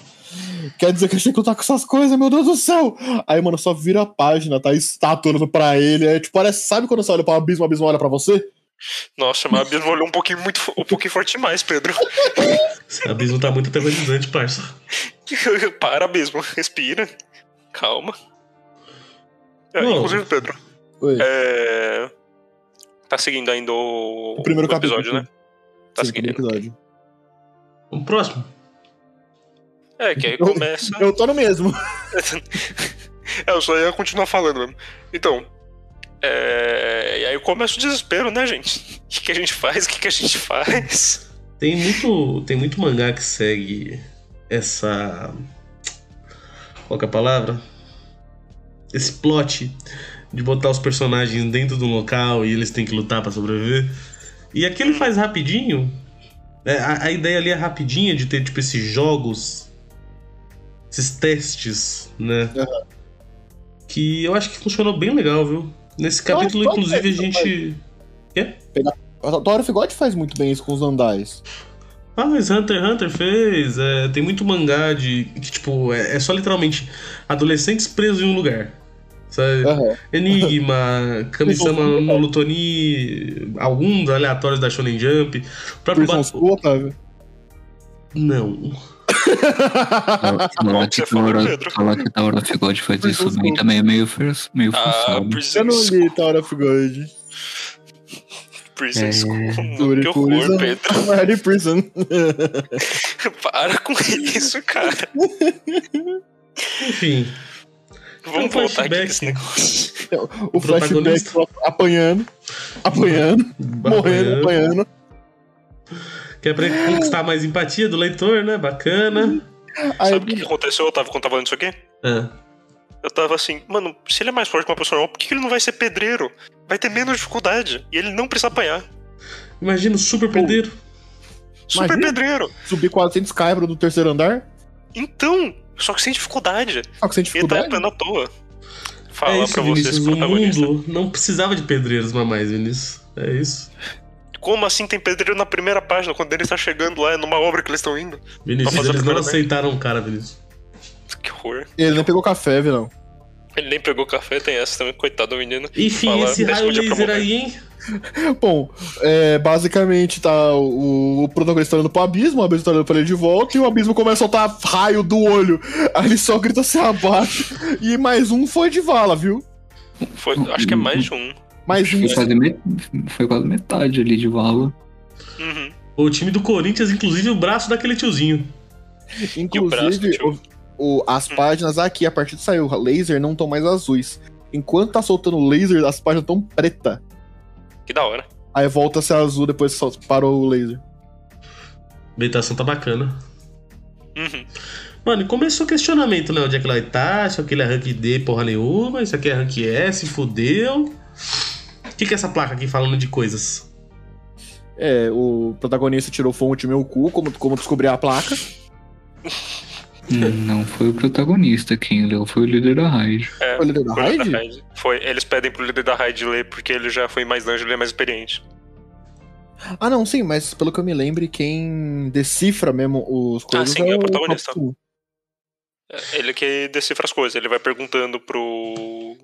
S4: Quer dizer que eu achei que eu tá com essas coisas, meu Deus do céu! Aí, mano, só vira a página, tá estátua olhando pra ele. É tipo, parece, sabe quando você olha pra um abismo, o abismo olha pra você?
S2: nossa, mas a Bia olhou um pouquinho muito fo- um pouquinho forte demais, Pedro.
S3: Esse abismo tá muito aterrorizante, parça.
S2: Para mesmo, respira. Calma. É,
S3: Não.
S2: inclusive, Pedro,
S4: Oi.
S2: é... tá seguindo ainda o,
S4: O primeiro
S2: o episódio,
S4: capítulo,
S2: né? Tá
S4: Sim,
S2: seguindo.
S4: episódio.
S3: Vamos pro próximo.
S2: É, que aí começa.
S4: Eu tô no mesmo.
S2: É, eu só ia continuar falando mesmo. Então, é... e aí começa o desespero, né, gente? O que, que a gente faz? O que, que a gente faz?
S3: Tem muito, tem muito mangá que segue essa. Qual que é a palavra? Esse plot de botar os personagens dentro de um local e eles têm que lutar pra sobreviver. E aqui ele faz rapidinho. É, a, a ideia ali é rapidinha de ter, tipo, esses jogos, esses testes, né? Que eu acho que funcionou bem legal, viu? Nesse
S4: Eu acho
S3: capítulo,
S4: que pode
S3: inclusive, a
S4: ser,
S3: gente.
S4: A Tora Figote faz muito bem isso com os andais.
S3: Ah, mas Hunter x Hunter fez. é, tem muito mangá de. que, tipo, é, é só literalmente adolescentes presos em um lugar. Sabe?
S4: Aham.
S3: Enigma, Kami-sama no Lutoni, alguns aleatórios da Shonen Jump. O próprio
S4: Prison
S3: Baku.
S4: School, Otávio.
S3: Não.
S5: Falar que
S2: você
S5: da
S2: falou,
S5: hora,
S2: Pedro.
S5: falar que da hora Figode faz isso bem também é meio, forç- meio
S2: Ah,
S5: forçado.
S4: Eu
S2: Prison
S4: não li Tora Figote.
S2: Prisons.
S5: É.
S2: Como?
S4: Yuri
S2: Que
S4: Prison.
S2: horror, Pedro.
S4: Harry é Prison.
S2: Para com isso, cara.
S3: Enfim,
S2: Vamos
S3: um
S2: voltar aqui
S3: flashback.
S2: nesse negócio.
S4: O flashback
S3: protagonista.
S4: apanhando, apanhando,
S3: bacana.
S4: morrendo, apanhando.
S3: Que é pra conquistar mais empatia do leitor, né? Bacana.
S4: Aí,
S2: Sabe o que que aconteceu, Otávio, quando tava lendo isso aqui?
S3: Ah,
S2: Eu tava assim, mano, se ele é mais forte que uma pessoa normal, por que que ele não vai ser pedreiro? Vai ter menos dificuldade. E ele não precisa apanhar.
S3: imagina o super pedreiro.
S2: Super
S4: Imagina.
S2: pedreiro.
S4: subir 400 caibro do terceiro andar,
S2: Então, só que sem dificuldade.
S4: só que sem
S2: Ele tá
S4: dificuldade.
S2: apanhando à toa. Falar
S3: É isso,
S2: pra vocês,
S3: Vinícius. O
S2: protagonista.
S3: mundo não precisava de pedreiros mamais, Vinícius. É isso.
S2: Como assim tem pedreiro na primeira página, quando ele tá chegando lá, é numa obra que eles estão indo? Pra
S3: Vinícius,
S2: fazer a
S3: eles não
S2: primeira vez.
S3: aceitaram o cara, Vinícius.
S2: Que horror.
S4: Ele não pegou café, vilão.
S2: Ele nem pegou café, tem essa também, coitado do menino.
S3: Enfim,
S2: Fala,
S3: esse
S2: décimo
S3: raio
S2: dia pra
S3: laser
S2: morrer.
S3: aí, hein?
S4: Bom, é, basicamente tá o, o protagonista olhando pro abismo, o abismo tá olhando pra ele de volta e o abismo começa a soltar raio do olho. Aí ele só grita se abaixo e mais um foi de vala, viu?
S2: Foi, acho que é mais de um.
S4: Mais um.
S5: Foi quase, me- foi quase metade ali de vala.
S2: Uhum.
S3: O time do Corinthians, inclusive o braço daquele tiozinho.
S2: E o braço, Hum.
S4: Inclusive,
S2: tio?
S4: o- as páginas aqui, a partir de sair o laser, não estão mais azuis. Enquanto tá soltando o laser, as páginas estão preta.
S2: Que da hora.
S4: Aí volta a ser azul depois que só parou o laser.
S3: Meditação tá bacana.
S2: Uhum.
S3: Mano, e começou o questionamento, né? Onde é que ela tá? Isso aqui é rank D, porra nenhuma. Isso aqui é rank S, fudeu. O que, que é essa placa aqui falando de coisas?
S4: É, o protagonista tirou fonte meu cu, como, como descobrir a placa.
S5: Hum, Não foi o protagonista quem leu, foi o líder da raid.
S2: É,
S4: Olha ele na
S2: foi o líder da
S4: raid?
S2: raid. Foi, eles pedem pro líder da raid ler, porque ele já foi mais anjo, ele é mais experiente.
S4: Ah, não, sim, mas pelo que eu me lembro, quem decifra mesmo os coisas
S2: sim, é o protagonista.
S4: próprio Cu.
S2: É, Ele que decifra as coisas, ele vai perguntando pro.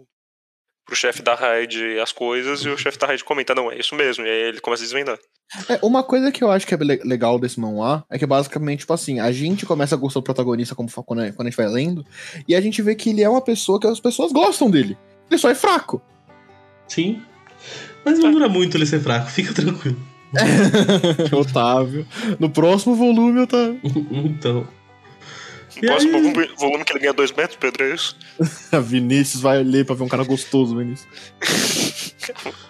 S2: pro chefe da raid as coisas e o chefe da raid comenta, não, é isso mesmo. E aí ele começa a desvendar.
S4: É, uma coisa que eu acho que é le- legal desse manhwa é que basicamente, tipo assim, a gente começa a gostar do protagonista como, fa- quando, a- quando a gente vai lendo, e a gente vê que ele é uma pessoa que as pessoas gostam dele. Ele só é fraco.
S3: Sim. Mas não dura muito ele ser fraco, fica tranquilo.
S4: Otávio. No próximo volume, Otávio.
S3: então.
S2: No
S3: E
S2: próximo
S3: aí?
S2: volume, volume que ele ganha dois metros, Pedro, é isso?
S4: Vinícius vai ler pra ver um cara gostoso, Vinícius.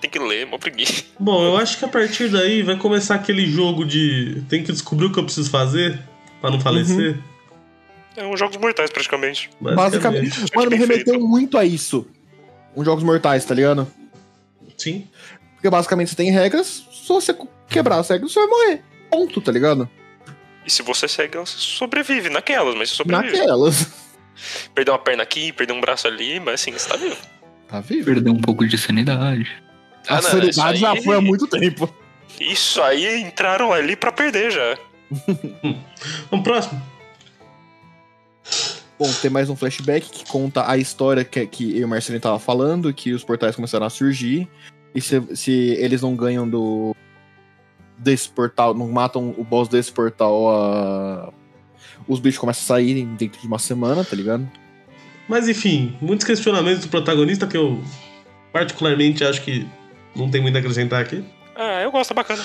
S2: Tem que ler, mó preguiça.
S3: Bom, eu acho que a partir daí vai começar aquele jogo de. Tem que descobrir o que eu preciso fazer pra não falecer.
S2: É um Jogos Mortais, praticamente.
S4: Uhum. Basicamente. Mano, me
S2: bem
S4: remeteu
S2: feito.
S4: muito a isso. Uns Jogos Mortais, tá ligado?
S3: Sim.
S4: Porque basicamente você tem regras, se você quebrar as regras, você vai morrer. Ponto, tá ligado?
S2: E se você segue, você sobrevive naquelas, mas você sobrevive.
S4: Naquelas.
S2: Perdeu uma perna aqui, perdeu um braço ali, mas assim, você tá vivo.
S4: Tá vivo?
S5: Perdeu um pouco de sanidade.
S4: A
S2: Ah, não, isso
S4: sanidade já
S2: aí-
S4: foi há muito tempo.
S2: Isso aí entraram ali pra perder já.
S3: Vamos pro próximo?
S4: Bom, tem mais um flashback que conta a história que, que eu e o Marcelinho tava falando, que os portais começaram a surgir. E se, se eles não ganham do. desse portal, não matam o boss desse portal, a- os bichos começam a sair dentro de uma semana, tá ligado?
S3: Mas enfim, muitos questionamentos do protagonista que eu particularmente acho que não tem muito a acrescentar aqui.
S2: Ah, eu gosto, é bacana.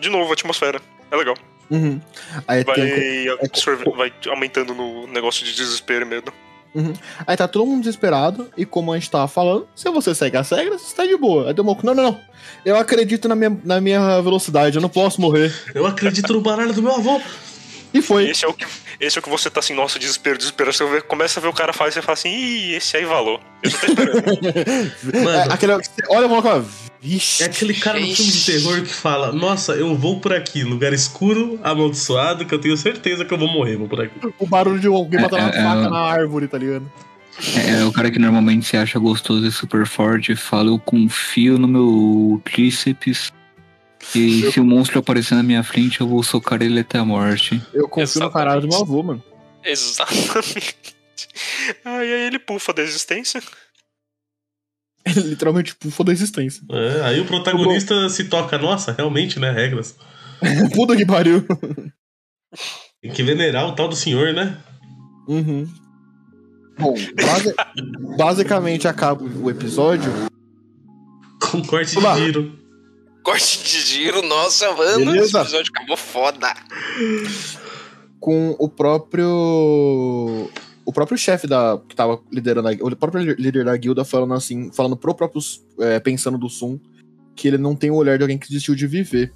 S2: De novo, a atmosfera. É legal.
S4: Uhum. Aí,
S3: É
S4: tem,
S2: Vai, absorve- vai aumentando no negócio de desespero e medo.
S4: aí tá todo mundo desesperado, e como a gente tava falando, se você segue as regras, você tá de boa. Aí deu não, não, não. Eu acredito na minha, na minha velocidade, eu não posso morrer.
S3: Eu acredito no baralho do meu avô.
S4: E foi.
S2: Esse é o que, esse é o que você tá assim, nossa, desespero, desespero. Você vê- começa a ver o cara faz e você fala assim, ih, esse aí valou. Eu só tô esperando.
S4: É, aquele, olha, eu falo, vixe.
S3: É aquele cara do filme de terror que fala: Nossa, eu vou por aqui, lugar escuro, amaldiçoado, que eu tenho certeza que eu vou morrer, vou por aqui.
S4: O barulho de alguém
S5: É,
S4: batendo uma
S5: é,
S4: faca
S5: é.
S4: na árvore, tá ligado?
S5: É, é o cara que normalmente se acha gostoso e super forte e fala: Eu confio no meu tríceps. E se o monstro aparecer na minha frente, eu vou socar ele até a morte.
S4: Eu confio no caralho do meu avô, mano.
S2: Exatamente. Aí, aí ele pufa da existência.
S4: Ele literalmente pufa da existência.
S3: É, aí o protagonista se toca: Nossa, realmente, né? Regras.
S4: Puta que pariu.
S3: Tem que venerar o tal do senhor, né?
S4: Uhum. Bom, basi- basicamente acaba o episódio
S3: Com corte de
S4: Olá.
S3: giro.
S6: Corte de giro, nossa, mano.
S4: Beleza.
S6: Esse episódio acabou foda.
S4: com o próprio o próprio chefe da que tava liderando a, o próprio li- líder da guilda falando assim, falando pro próprio Su- é, pensando do Sun que ele não tem o olhar de alguém que desistiu de viver.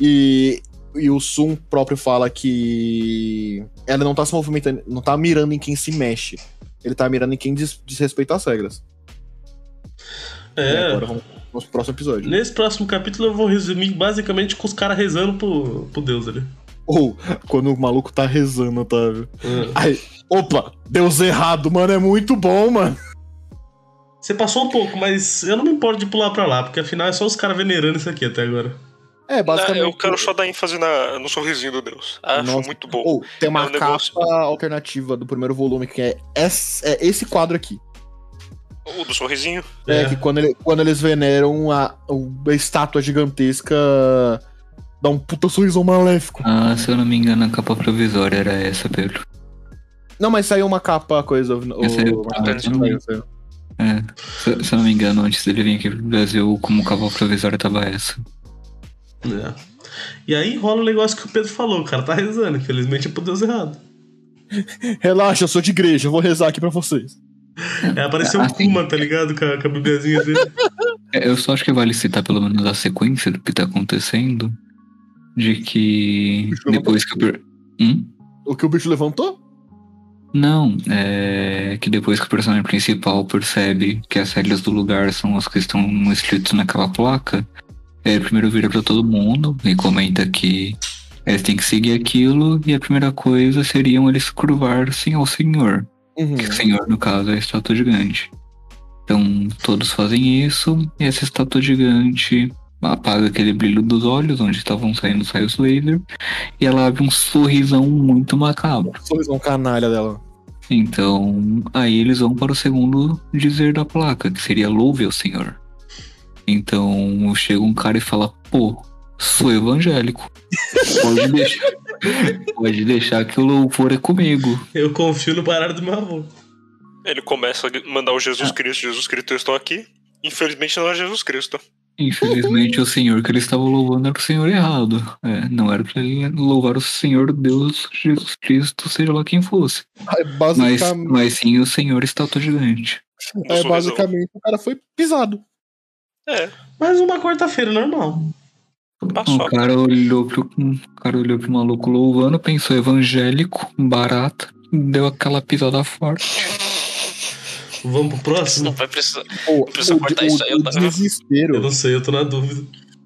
S4: E e o Sun próprio fala que ela não tá se movimentando, não tá mirando em quem se mexe. Ele tá mirando em quem des- desrespeita as regras. E
S3: É,
S4: agora vamos pro próximo episódio.
S3: nesse próximo capítulo eu vou resumir basicamente com os caras rezando pro, pro Deus ali.
S4: Ou quando o maluco tá rezando, Otávio.
S3: Ah.
S4: Aí, opa, Deus errado, mano, é muito bom, mano.
S3: Você passou um pouco, mas eu não me importo de pular pra lá, porque afinal é só os caras venerando isso aqui até agora.
S4: É, basicamente.
S2: Eu quero só dar ênfase na- no sorrisinho do Deus. Acho
S4: Nossa.
S2: muito bom.
S4: Ou tem uma
S2: É um
S4: capa
S2: negócio-
S4: alternativa do primeiro volume, que é esse, é esse quadro aqui.
S2: O do sorrisinho.
S4: É, que quando, ele- quando eles veneram a, a estátua gigantesca. Dá um puta sorrisão maléfico.
S5: Ah, se eu não me engano, a capa provisória era essa, Pedro.
S4: Não, mas saiu uma capa, coisa. O,
S5: Essa é-
S4: o-
S5: Ah, tudo bem. É, se, se eu não me engano, antes dele vir aqui pro Brasil, como capa provisória tava essa.
S3: É. E aí rola o negócio que o Pedro falou, o cara tá rezando, infelizmente é pro Deus errado.
S4: Relaxa, eu sou de igreja, eu vou rezar aqui pra vocês.
S3: É, apareceu
S5: Ah,
S3: o
S5: sim.
S3: Kuma, tá ligado? Com a, com a bibliazinha dele.
S5: É, Eu só acho que vale citar pelo menos a sequência do que tá acontecendo. De que
S4: Puxa, eu não
S5: depois que o. per- Hum?
S4: O que o bicho levantou?
S5: Não, é que depois que o personagem principal percebe que as regras do lugar são as que estão escritas naquela placa, ele primeiro vira pra todo mundo e comenta que eles têm que seguir aquilo e a primeira coisa seriam eles curvar-se ao senhor.
S4: Uhum.
S5: Que o senhor, no caso, é a estátua gigante. Então, todos fazem isso, e essa estátua gigante apaga aquele brilho dos olhos, onde estavam saindo saiu os laser, e ela abre um sorrisão muito macabro.
S4: Sorrisão canalha dela.
S5: Então, aí eles vão para o segundo dizer da placa, que seria louve ao senhor. Então, chega um cara e fala, pô, sou evangélico. Pode deixar, pode deixar que o louvor é comigo.
S3: Eu confio no baralho do meu avô.
S2: Ele começa a mandar o Jesus Cristo, Jesus Cristo, eu estou aqui. Infelizmente não é Jesus Cristo.
S5: Infelizmente, o senhor que ele estava louvando era o senhor errado. É, não era pra ele louvar o senhor Deus Jesus Cristo, seja lá quem fosse.
S4: Aí,
S5: Mas,
S4: basicamente,
S5: mas sim o senhor estátua gigante.
S2: Do
S4: é,
S2: sorrisão.
S4: basicamente o cara foi pisado.
S3: Mas uma quarta-feira, normal.
S2: Passou.
S5: O Um cara olhou pro, o cara olhou pro maluco louvando, pensou evangélico, barata, deu aquela pisada forte.
S3: Vamos pro
S6: Você
S3: próximo?
S6: não vai precisar.
S4: Pô,
S6: Precisa cortar isso aí,
S4: o
S6: Otávio.
S4: desespero.
S3: Eu não sei, eu tô na dúvida.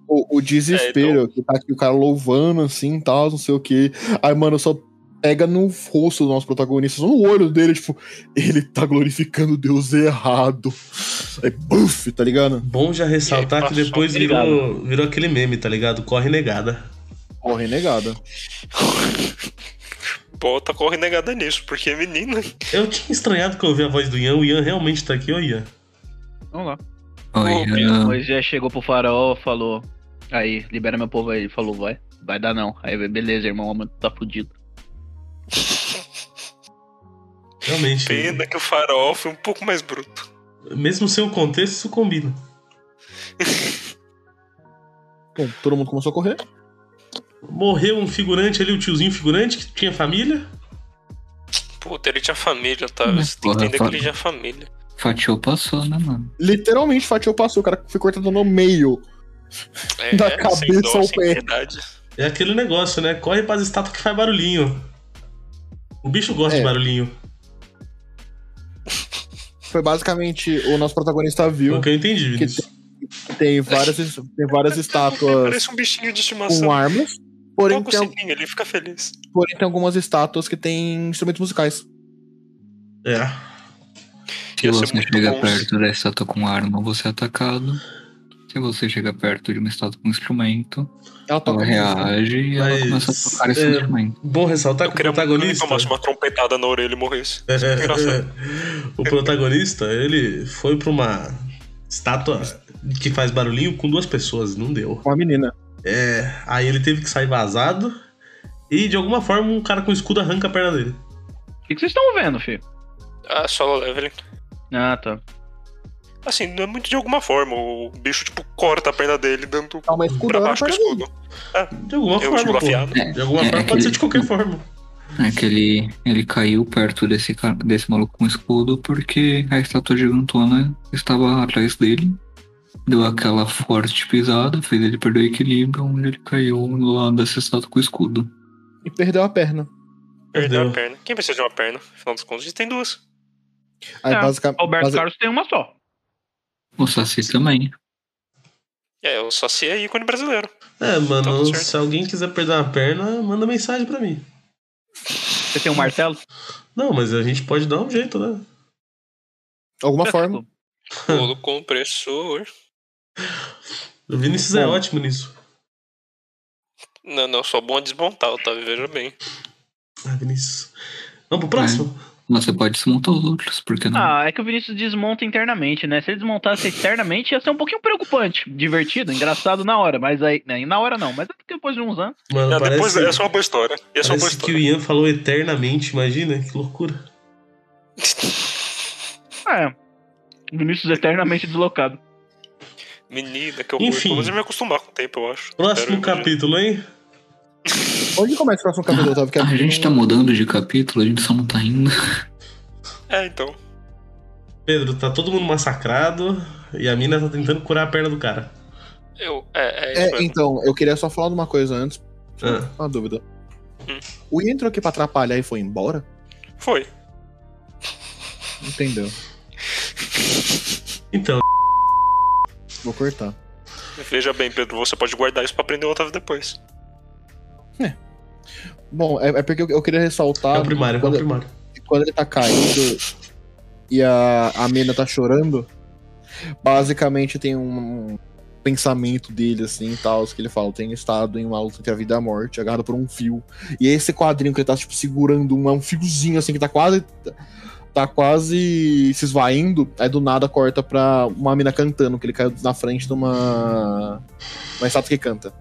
S4: O, o desespero, que tá aqui o cara louvando assim e tal, não sei o que. Aí, mano, só pega no rosto do nosso protagonista, só no olho dele, tipo, ele tá glorificando Deus errado. Aí, buf, tá ligado?
S3: Bom já ressaltar
S6: E aí,
S3: que
S6: passou,
S3: depois virou, virou aquele meme, tá ligado? Corre negada.
S4: Corre negada.
S2: Pô, tá correndo negada nisso, porque menina.
S3: Eu tinha estranhado que eu ouvi a voz do Ian. O Ian realmente tá aqui, ô Ian.
S7: Vamos lá.
S5: Olha,
S7: Moisés chegou pro faraó, falou. Aí, libera meu povo aí. Ele falou, vai. Vai dar não. Aí, beleza, irmão, o homem tá fudido.
S3: Realmente.
S2: Pena que o farol foi um pouco mais bruto.
S3: Mesmo sem o contexto, isso combina.
S4: Bom, todo mundo começou a correr.
S3: Morreu um figurante ali, o tiozinho figurante, que tinha família.
S2: Puta, ele tinha família, tá?
S5: Mas,
S2: Você tem que
S5: porra,
S2: entender
S5: fala-
S2: que ele tinha família.
S5: fatiou passou, né, mano?
S4: Literalmente, fatiou passou, o cara foi cortado no meio.
S6: É,
S4: da
S6: é,
S2: Sem
S4: cabeça
S2: dó,
S4: ao
S2: sem
S4: pé.
S2: piedade.
S3: É aquele negócio, né? Corre pras estátuas que faz barulhinho. O bicho gosta
S4: É.
S3: de barulhinho.
S4: Foi basicamente o nosso protagonista
S3: Foi
S4: viu
S3: o que eu entendi,
S4: que
S3: Vinícius.
S4: tem, tem várias, tem várias estátuas
S2: Parece um bichinho de estimação.
S4: com armas, porém
S2: Toca o
S4: tem,
S3: então.
S4: al-
S2: sininho, ele fica feliz.
S4: porém tem algumas estátuas que tem instrumentos musicais.
S3: É.
S5: Se
S2: Ia ser
S5: você
S2: muito
S5: chega
S2: bom se-
S5: perto da estátua com arma, você é atacado. Se você chega perto de uma estátua com instrumento,
S4: Ela toca
S5: Ela
S4: música.
S5: reage e ela
S3: Mas,
S5: começa a tocar esse
S3: é,
S5: instrumento.
S3: Bom ressaltar
S2: Eu
S3: que
S2: queria
S3: o
S2: muito que ele
S3: protagonista.
S2: tomasse uma trompetada na orelha e morresse.
S3: É, é,
S2: Engraçado.
S3: é. o protagonista, ele foi pra uma estátua que faz barulhinho com duas pessoas, não deu.
S4: Com a menina.
S3: É, aí ele teve que sair vazado e de alguma forma um cara com escudo arranca a perna dele.
S7: O que que vocês estão vendo, filho?
S6: Ah, solo leveling.
S7: Ah, tá.
S2: Assim, não é muito de alguma forma. O bicho, tipo, corta a perna dele, dando
S4: Dá uma
S2: pra
S4: escudona na
S2: baixo com o
S4: perna dele.
S2: escudo.
S3: De alguma
S2: Eu
S3: forma,
S2: escudo
S3: pô.
S2: afiado.
S5: É,
S3: De alguma
S5: é,
S3: forma,
S5: é
S3: pode
S5: que-
S3: ser de qualquer forma.
S5: É que ele, ele caiu perto desse, cara- desse maluco com escudo porque a estátua gigantona estava atrás dele. Deu aquela forte pisada, fez ele perder o equilíbrio, onde ele caiu do lado dessa estátua com escudo.
S4: E perdeu a perna.
S2: Perdeu
S3: Perdeu.
S2: a perna. Quem precisa de uma perna? Afinal dos contos, a gente tem duas.
S4: Aí,
S7: É,
S4: basicamente.
S7: Alberto Carlos tem uma só.
S5: O Saci também.
S2: É, o Saci é ícone brasileiro.
S3: É,
S2: Tá
S3: mano,
S2: tudo certo.
S3: se alguém quiser perder uma perna, manda mensagem pra mim.
S7: Você tem um martelo?
S3: Não, mas a gente pode dar um jeito, né?
S4: Alguma
S2: é
S4: forma.
S6: Rolo compressor.
S3: O Vinícius é
S4: Bom.
S3: ótimo nisso.
S6: Não, não, só bom a desmontar,
S2: tá?
S6: Otávio, veja bem.
S3: Ah, Vinícius. Vamos pro próximo?
S4: É.
S5: Você pode desmontar os outros, por que não?
S7: Ah, é que o Vinícius desmonta internamente, né? Se ele desmontasse externamente, ia ser um pouquinho preocupante. Divertido, engraçado na hora, mas aí. né, Na hora não, mas depois de uns anos.
S3: Mano,
S2: É, depois
S3: parece,
S2: é só uma boa história. É só uma boa
S3: parece que o
S2: história.
S3: Ian falou eternamente, imagina, que loucura.
S7: É. O Vinícius é eternamente deslocado.
S2: Menina, que eu
S3: Enfim.
S2: vou me acostumar com o tempo, eu acho.
S3: Próximo
S2: Espero,
S3: capítulo, hein?
S4: Onde começa o próximo capítulo, Otávio? Que é-
S5: a gente tá mudando de capítulo, a gente só não tá indo.
S2: É, então.
S3: Pedro, tá todo mundo massacrado e a mina tá tentando curar a perna do cara.
S6: Eu, é, é isso
S4: É,
S6: mesmo.
S4: então, eu queria só falar de uma coisa antes.
S3: Ah,
S4: Uma dúvida.
S2: Hum.
S4: O Ian entrou aqui pra atrapalhar e foi embora?
S2: Foi.
S4: Entendeu.
S3: então,
S4: Vou cortar.
S2: Veja bem, Pedro, você pode guardar isso pra aprender o Otávio depois.
S4: Bom, é, é porque eu, eu queria ressaltar.
S3: é o primário, é o
S4: quando,
S3: primário.
S4: quando ele tá caindo e a, a mina tá chorando, basicamente tem um pensamento dele, assim, e tal, que ele fala, eu tenho estado em uma luta entre a vida e a morte, agarrado por um fio. E esse quadrinho que ele tá, tipo, segurando um, é um fiozinho, assim, que tá quase... Tá quase se esvaindo, aí do nada corta pra uma mina cantando, que ele caiu na frente de uma... Uma estátua que canta.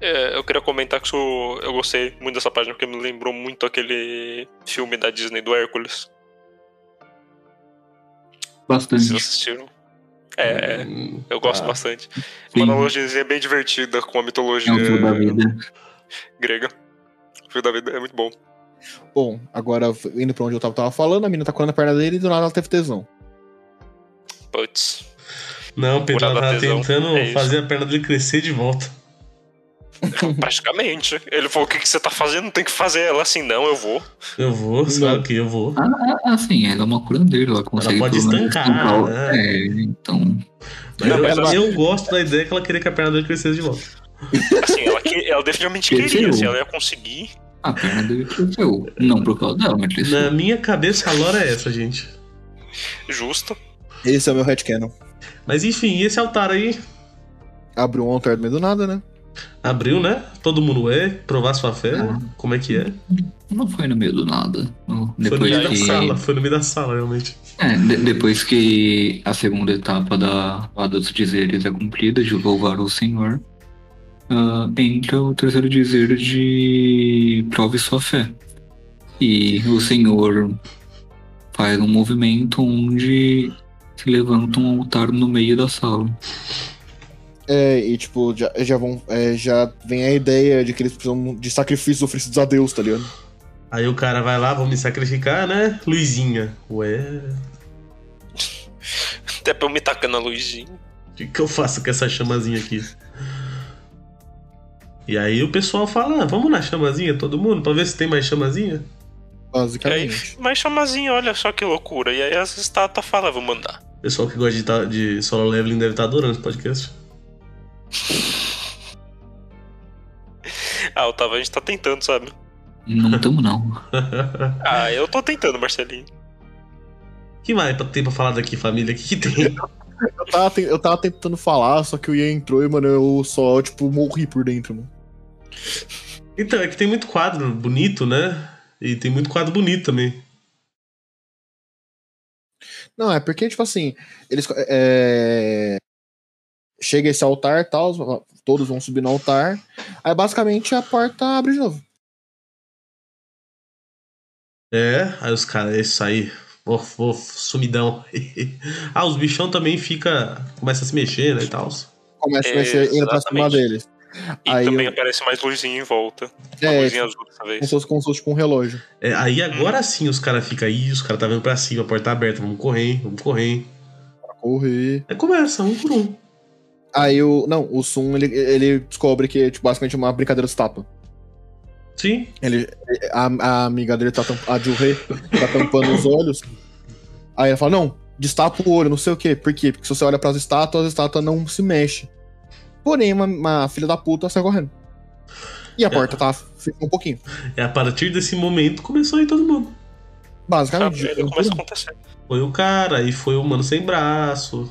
S2: É, eu queria comentar que isso, eu gostei muito dessa página, porque me lembrou muito aquele filme da Disney do Hércules. Vocês
S5: Bastante.
S2: assistiram? É, é,
S3: Hum,
S2: eu gosto
S3: tá.
S2: bastante.
S5: Sim,
S2: Uma analogia bem divertida com a
S5: é
S2: mitologia
S5: o fio da vida.
S2: grega. O fio da vida é muito bom.
S4: Bom, agora indo pra onde eu tava, tava falando, a mina tá correndo a perna dele e do nada ela teve tesão.
S2: Putz.
S3: Não, Pedro, ela
S2: Curada
S3: tava
S2: tesão.
S3: tentando
S2: É isso.
S3: fazer a perna dele crescer de volta.
S5: Uhum.
S2: Praticamente. Ele falou: o que, que você tá fazendo? Tem que fazer. Ela assim, não, eu vou.
S3: Eu vou, sabe o que? Eu vou.
S5: Ah, ah, assim, ela é uma curandeira, ela consegue.
S3: pode
S5: pelo menos,
S3: estancar,
S5: estancar o-
S3: né?
S5: É, então.
S3: Mas
S2: Não,
S3: eu,
S2: mas ela-
S3: eu gosto da ideia que ela queria que a perna dele crescesse de volta.
S2: Assim, ela, que- ela definitivamente
S5: Cresceu.
S2: queria. Assim, ela ia conseguir.
S5: A perna dele cresceu. Não por causa dela, mas
S3: Na
S5: cresceu.
S3: minha cabeça, a lore é essa, gente.
S2: Justo.
S4: Esse é o meu headcanon.
S3: Mas enfim, e esse altar aí?
S4: Abriu um altar do meio do nada, né?
S3: Abriu, né? Todo mundo é, provar sua fé, como é que é?
S5: Não foi no meio do nada.
S3: Foi no
S5: Depois
S3: meio da sala,
S5: que,
S3: foi no meio da sala, realmente.
S5: é, de- depois que a segunda etapa da lá dos dizeres é cumprida, de louvar o Senhor, ah, entra o terceiro dizer de prove sua fé. E o Senhor faz um movimento onde se levanta um altar no meio da sala.
S4: É, e tipo, já, já vão. é, já vem a ideia de que eles precisam de sacrifícios oferecidos a Deus, tá ligado?
S3: Aí o cara vai lá, vou me sacrificar, né? Luizinha. Ué,
S2: Até pra eu me tacar na luzinha.
S3: o que, que eu faço com essa chamazinha aqui? E aí o pessoal fala, ah, vamos na chamazinha, todo mundo, pra ver se tem mais chamazinha.
S2: E aí,
S4: Basicamente.
S2: mas chamazinho, olha só que loucura. E aí as estátuas falam: vou mandar.
S3: O pessoal que gosta de, ta- de solo leveling deve estar adorando esse podcast.
S2: Ah, Otávio, a gente tá tentando, sabe?
S5: Não tamo não.
S2: Ah, eu tô tentando, Marcelinho.
S3: que mais pra- tem pra falar daqui, família? O que, que tem?
S4: Eu tava, ten- eu tava tentando falar, só que o Ian entrou e, mano, eu só, tipo, morri por dentro, mano.
S3: Então, é que tem muito quadro bonito, né? E tem muito quadro bonito também.
S4: Não, é porque, tipo assim, eles. é, Chega esse altar e tal, todos vão subir no altar. Aí basicamente a porta abre de novo.
S3: É, aí os caras, é isso aí. Of, of, sumidão. ah, os bichão também fica. Começa a se mexer, né? E tal.
S4: Começa a mexer e entra pra cima
S2: Exatamente.
S4: deles.
S2: E
S4: Ah, Aí
S2: também
S4: eu-
S2: aparece mais luzinha em volta. Uma
S4: É,
S2: luzinha azul dessa
S4: com
S2: vez.
S4: seus consultos com um relógio.
S3: É, aí agora sim os caras ficam aí, os caras tá vendo pra cima, a porta tá aberta, vamos correr, hein, vamos correr. hein.
S4: Correr.
S3: Aí começa, um por um.
S4: Aí o. Não, o Sun ele, ele descobre que é tipo, basicamente uma brincadeira de tapa.
S3: Sim.
S4: Ele, a, a amiga dele tá tamp- a Juhe, tá tampando os olhos. Aí ela fala: não, destapa o olho, não sei o quê. Por quê? Porque se você olha pras estátuas, a estátua não se mexe. Porém, uma, uma filha da puta sai correndo. E a porta tá fica um pouquinho.
S3: E É, a partir desse momento começou aí todo mundo.
S2: A
S4: Basicamente.
S2: merda começa a acontecer.
S3: Foi o cara, aí foi o mano sem braço.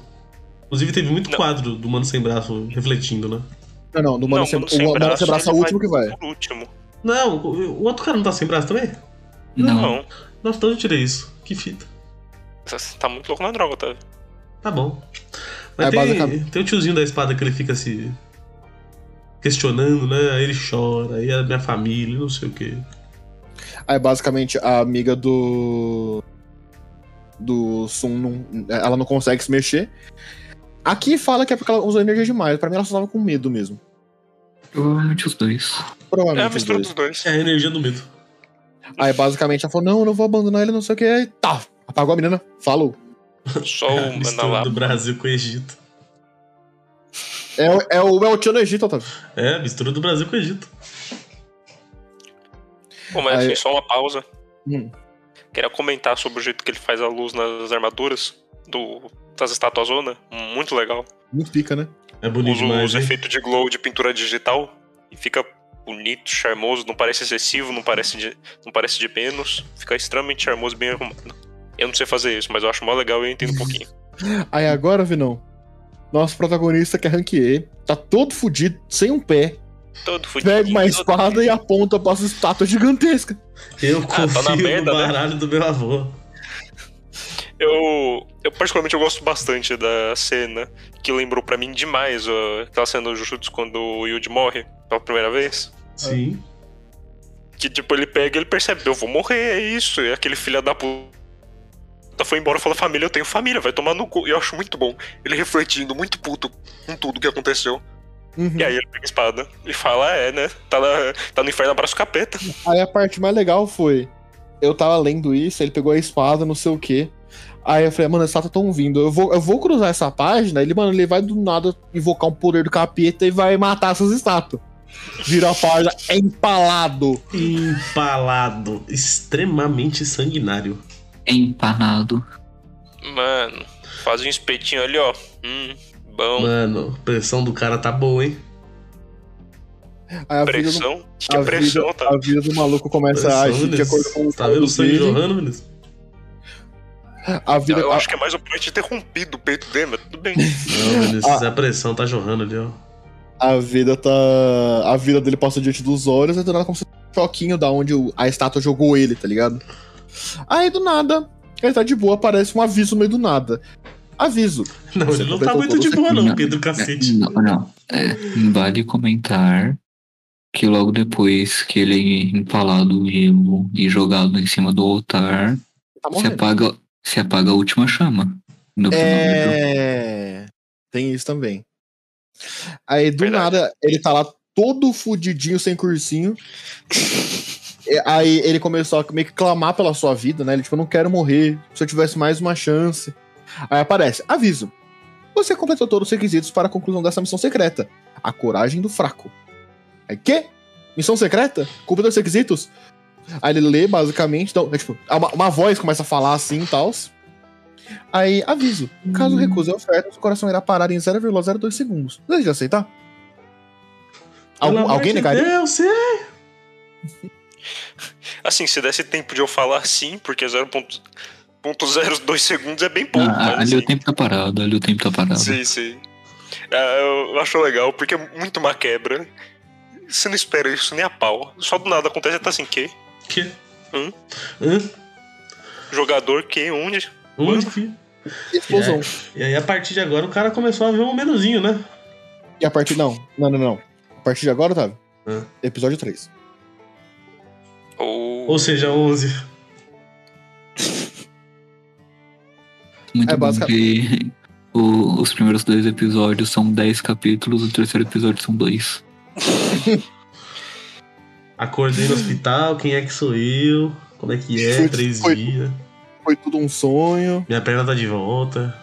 S3: Inclusive teve muito
S2: Não.
S3: quadro do mano sem braço refletindo, né?
S4: Não, não, do mano
S2: Não,
S4: sem,
S2: mano
S4: o mano sem braço é o
S2: ele
S4: último que vai.
S2: Por último.
S3: Não, o o outro cara não tá sem braço também?
S5: Não.
S2: Não.
S3: Nossa, de onde eu tirei isso? Que fita.
S2: Você tá muito louco na droga, tá?
S3: Tá bom. Mas
S4: É,
S3: tem,
S4: basicamente-
S3: tem o tiozinho da espada que ele fica se questionando, né? Aí ele chora, aí a minha família, não sei o quê.
S4: Aí basicamente a amiga do. Do Sun não, ela não consegue se mexer. Aqui fala que é porque ela usou energia demais. Pra mim ela só tava com medo mesmo.
S5: Provavelmente os dois.
S2: É a
S4: Provavelmente. os
S2: mistura
S4: dois.
S2: dos dois.
S3: É a energia do medo.
S4: Aí basicamente ela falou: não, eu não vou abandonar ele, não sei o que. Aí, tá, apagou a menina, falou.
S2: Só
S3: É a
S2: o
S3: mistura
S2: Mandalá.
S3: do Brasil com o Egito.
S4: É, o- é o El Tio no Egito, Otávio.
S3: É, a mistura do Brasil com o Egito.
S2: Pô, mas
S4: Aí-
S2: assim, só uma pausa.
S4: Hum.
S2: Queria comentar sobre o jeito que ele faz a luz nas armaduras do, das estátuas zona. Muito legal.
S4: Muito pica, né?
S3: É bonito
S2: Usa
S3: demais.
S2: os
S3: hein?
S2: efeitos de glow de pintura digital e fica bonito, charmoso, não parece excessivo, não parece de, não parece de menos. Fica extremamente charmoso, bem arrumado. Eu não sei fazer isso, mas eu acho mó legal e eu entendo um pouquinho.
S4: Aí agora, Vinão, nosso protagonista que é Rank E, tá todo fudido, sem um pé,
S2: Todo fudido.
S4: pega uma espada e aponta pra essa estátua gigantesca.
S3: Eu
S2: tá na
S3: confio no
S2: merda, né?
S3: baralho do meu avô.
S2: Eu, eu particularmente eu gosto bastante da cena que lembrou pra mim demais ó, aquela cena do Jujutsu quando o Yuji morre pela primeira vez.
S3: Sim.
S2: Que tipo, ele pega e ele percebe, eu vou morrer, é isso. E aquele filho da puta foi embora e falou, família, eu tenho família, vai tomar no cu. E eu acho muito bom. Ele refletindo, muito puto com tudo que aconteceu.
S4: Uhum.
S2: E aí ele pega a espada e fala, "Ah, é, né? Tá, na- tá no inferno, abraço o capeta.
S4: Aí a parte mais legal foi. Eu tava lendo isso, ele pegou a espada, não sei o quê. Aí eu falei, mano, essa estátua tão vindo. Eu vou, eu vou cruzar essa página, ele, mano, ele vai do nada invocar um poder do capeta e vai matar essas estátuas. Vira a página, é empalado.
S3: Empalado. Extremamente sanguinário.
S5: Empanado.
S2: Mano, faz um espetinho ali, ó. Hum, bom.
S3: Mano, a pressão do cara tá boa, hein?
S4: Aí a vida, do,
S2: Pressão? Que
S4: a,
S2: pressão,
S4: vida,
S2: tá?
S4: a vida do maluco começa
S3: Pressão,
S4: a agir de
S3: Vinícius.
S4: acordo com o
S3: Tá vendo o sangue jorrando, Vinícius?
S4: A vida, tá-
S2: Eu
S4: a-
S2: acho que é mais o point de ter rompido o peito dele, mas tudo bem.
S4: Ah.
S3: Não, Vinícius, a pressão tá jorrando ali, ó.
S4: A vida tá. A vida dele passa diante dos olhos, aí do nada como se fosse um choquinho da onde o- a estátua jogou ele, tá ligado? Aí do nada, ele tá de boa, aparece um aviso no meio do nada. Aviso.
S3: Não,
S4: Você
S3: ele não tá
S4: completou
S3: muito de
S4: todos
S3: boa,
S5: aqui,
S3: não,
S5: né?
S3: Pedro Cacete.
S5: Não, não. É, vale comentar que logo depois que ele é empalado vivo e jogado em cima do altar,
S4: Tá
S5: se
S4: morrendo.
S5: apaga, se apaga a última chama do fenômeno.
S4: É. Tem isso também. Aí do
S2: Verdade.
S4: nada, ele tá lá todo fudidinho, sem cursinho. E Aí ele começou a meio que clamar pela sua vida, né? Ele, tipo, eu não quero morrer. Se eu tivesse mais uma chance. Aí aparece, aviso. Você completou todos os requisitos para a conclusão dessa missão secreta. A coragem do fraco. Aí, quê? Missão secreta? Cumpre os requisitos? Aí ele lê, basicamente, então, é, tipo, uma, uma voz começa a falar assim e tal. Aí, aviso.
S3: Hum.
S4: Caso recuse a oferta, seu coração irá parar em 0,02 segundos. Deseja aceitar? Algum-
S3: Pelo amor
S4: alguém
S3: de
S4: negaria?
S3: Deus, é.
S2: Assim, se desse tempo de eu falar sim, porque 0.02 segundos é bem pouco,
S5: Ah,
S2: mas
S5: ali o
S2: assim,
S5: tempo tá parado, ali o tempo tá parado.
S2: sim, sim. Ah, eu acho legal, porque é muito uma quebra. Você não espera isso nem a pau. Só do nada acontece, tá assim, que?
S3: Que?
S2: Hum?
S3: Hã?
S2: Jogador, que? Onde?
S3: Onde que?
S4: Explosão.
S3: E aí, a partir de agora, o cara começou a ver um menuzinho, né?
S4: E a partir. Não, não, não, não. A partir de agora, Otávio.
S3: Hã?
S4: Episódio 3.
S2: Ou...
S3: Ou seja, 11.
S5: Muito
S4: É,
S5: bom
S4: basicamente-
S5: que o- os primeiros dois episódios são 10 capítulos, o terceiro episódio são dois.
S3: Acordei no hospital, quem é que sou eu? Como é que é?
S4: Foi-
S3: Três
S4: foi-
S3: dias.
S4: Foi tudo um sonho.
S3: Minha perna tá de volta.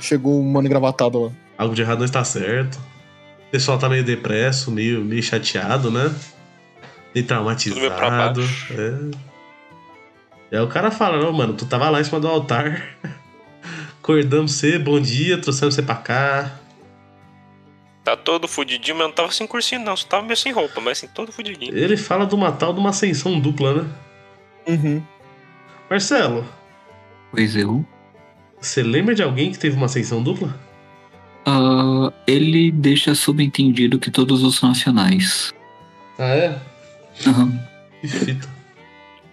S4: Chegou um mano engravatado lá.
S3: Algo de errado não está certo. O pessoal tá meio depresso, meio, meio chateado, né? Meio traumatizado.
S2: Tudo meio pra baixo.
S3: É. E aí o cara fala, não, mano, tu tava lá em cima do altar. Acordamos você, bom dia, trouxemos você pra cá.
S2: Tá todo fudidinho, mas não tava sem cursinho, não. Só tava meio sem roupa, mas assim, todo fudidinho.
S3: Ele fala de uma tal de uma ascensão dupla, né?
S4: Uhum.
S3: Marcelo,
S5: Pois eu.
S3: você lembra de alguém que teve uma ascensão dupla?
S5: Ah, ele deixa subentendido que todos os nacionais.
S3: Ah, é?
S5: Aham.
S3: Que fita.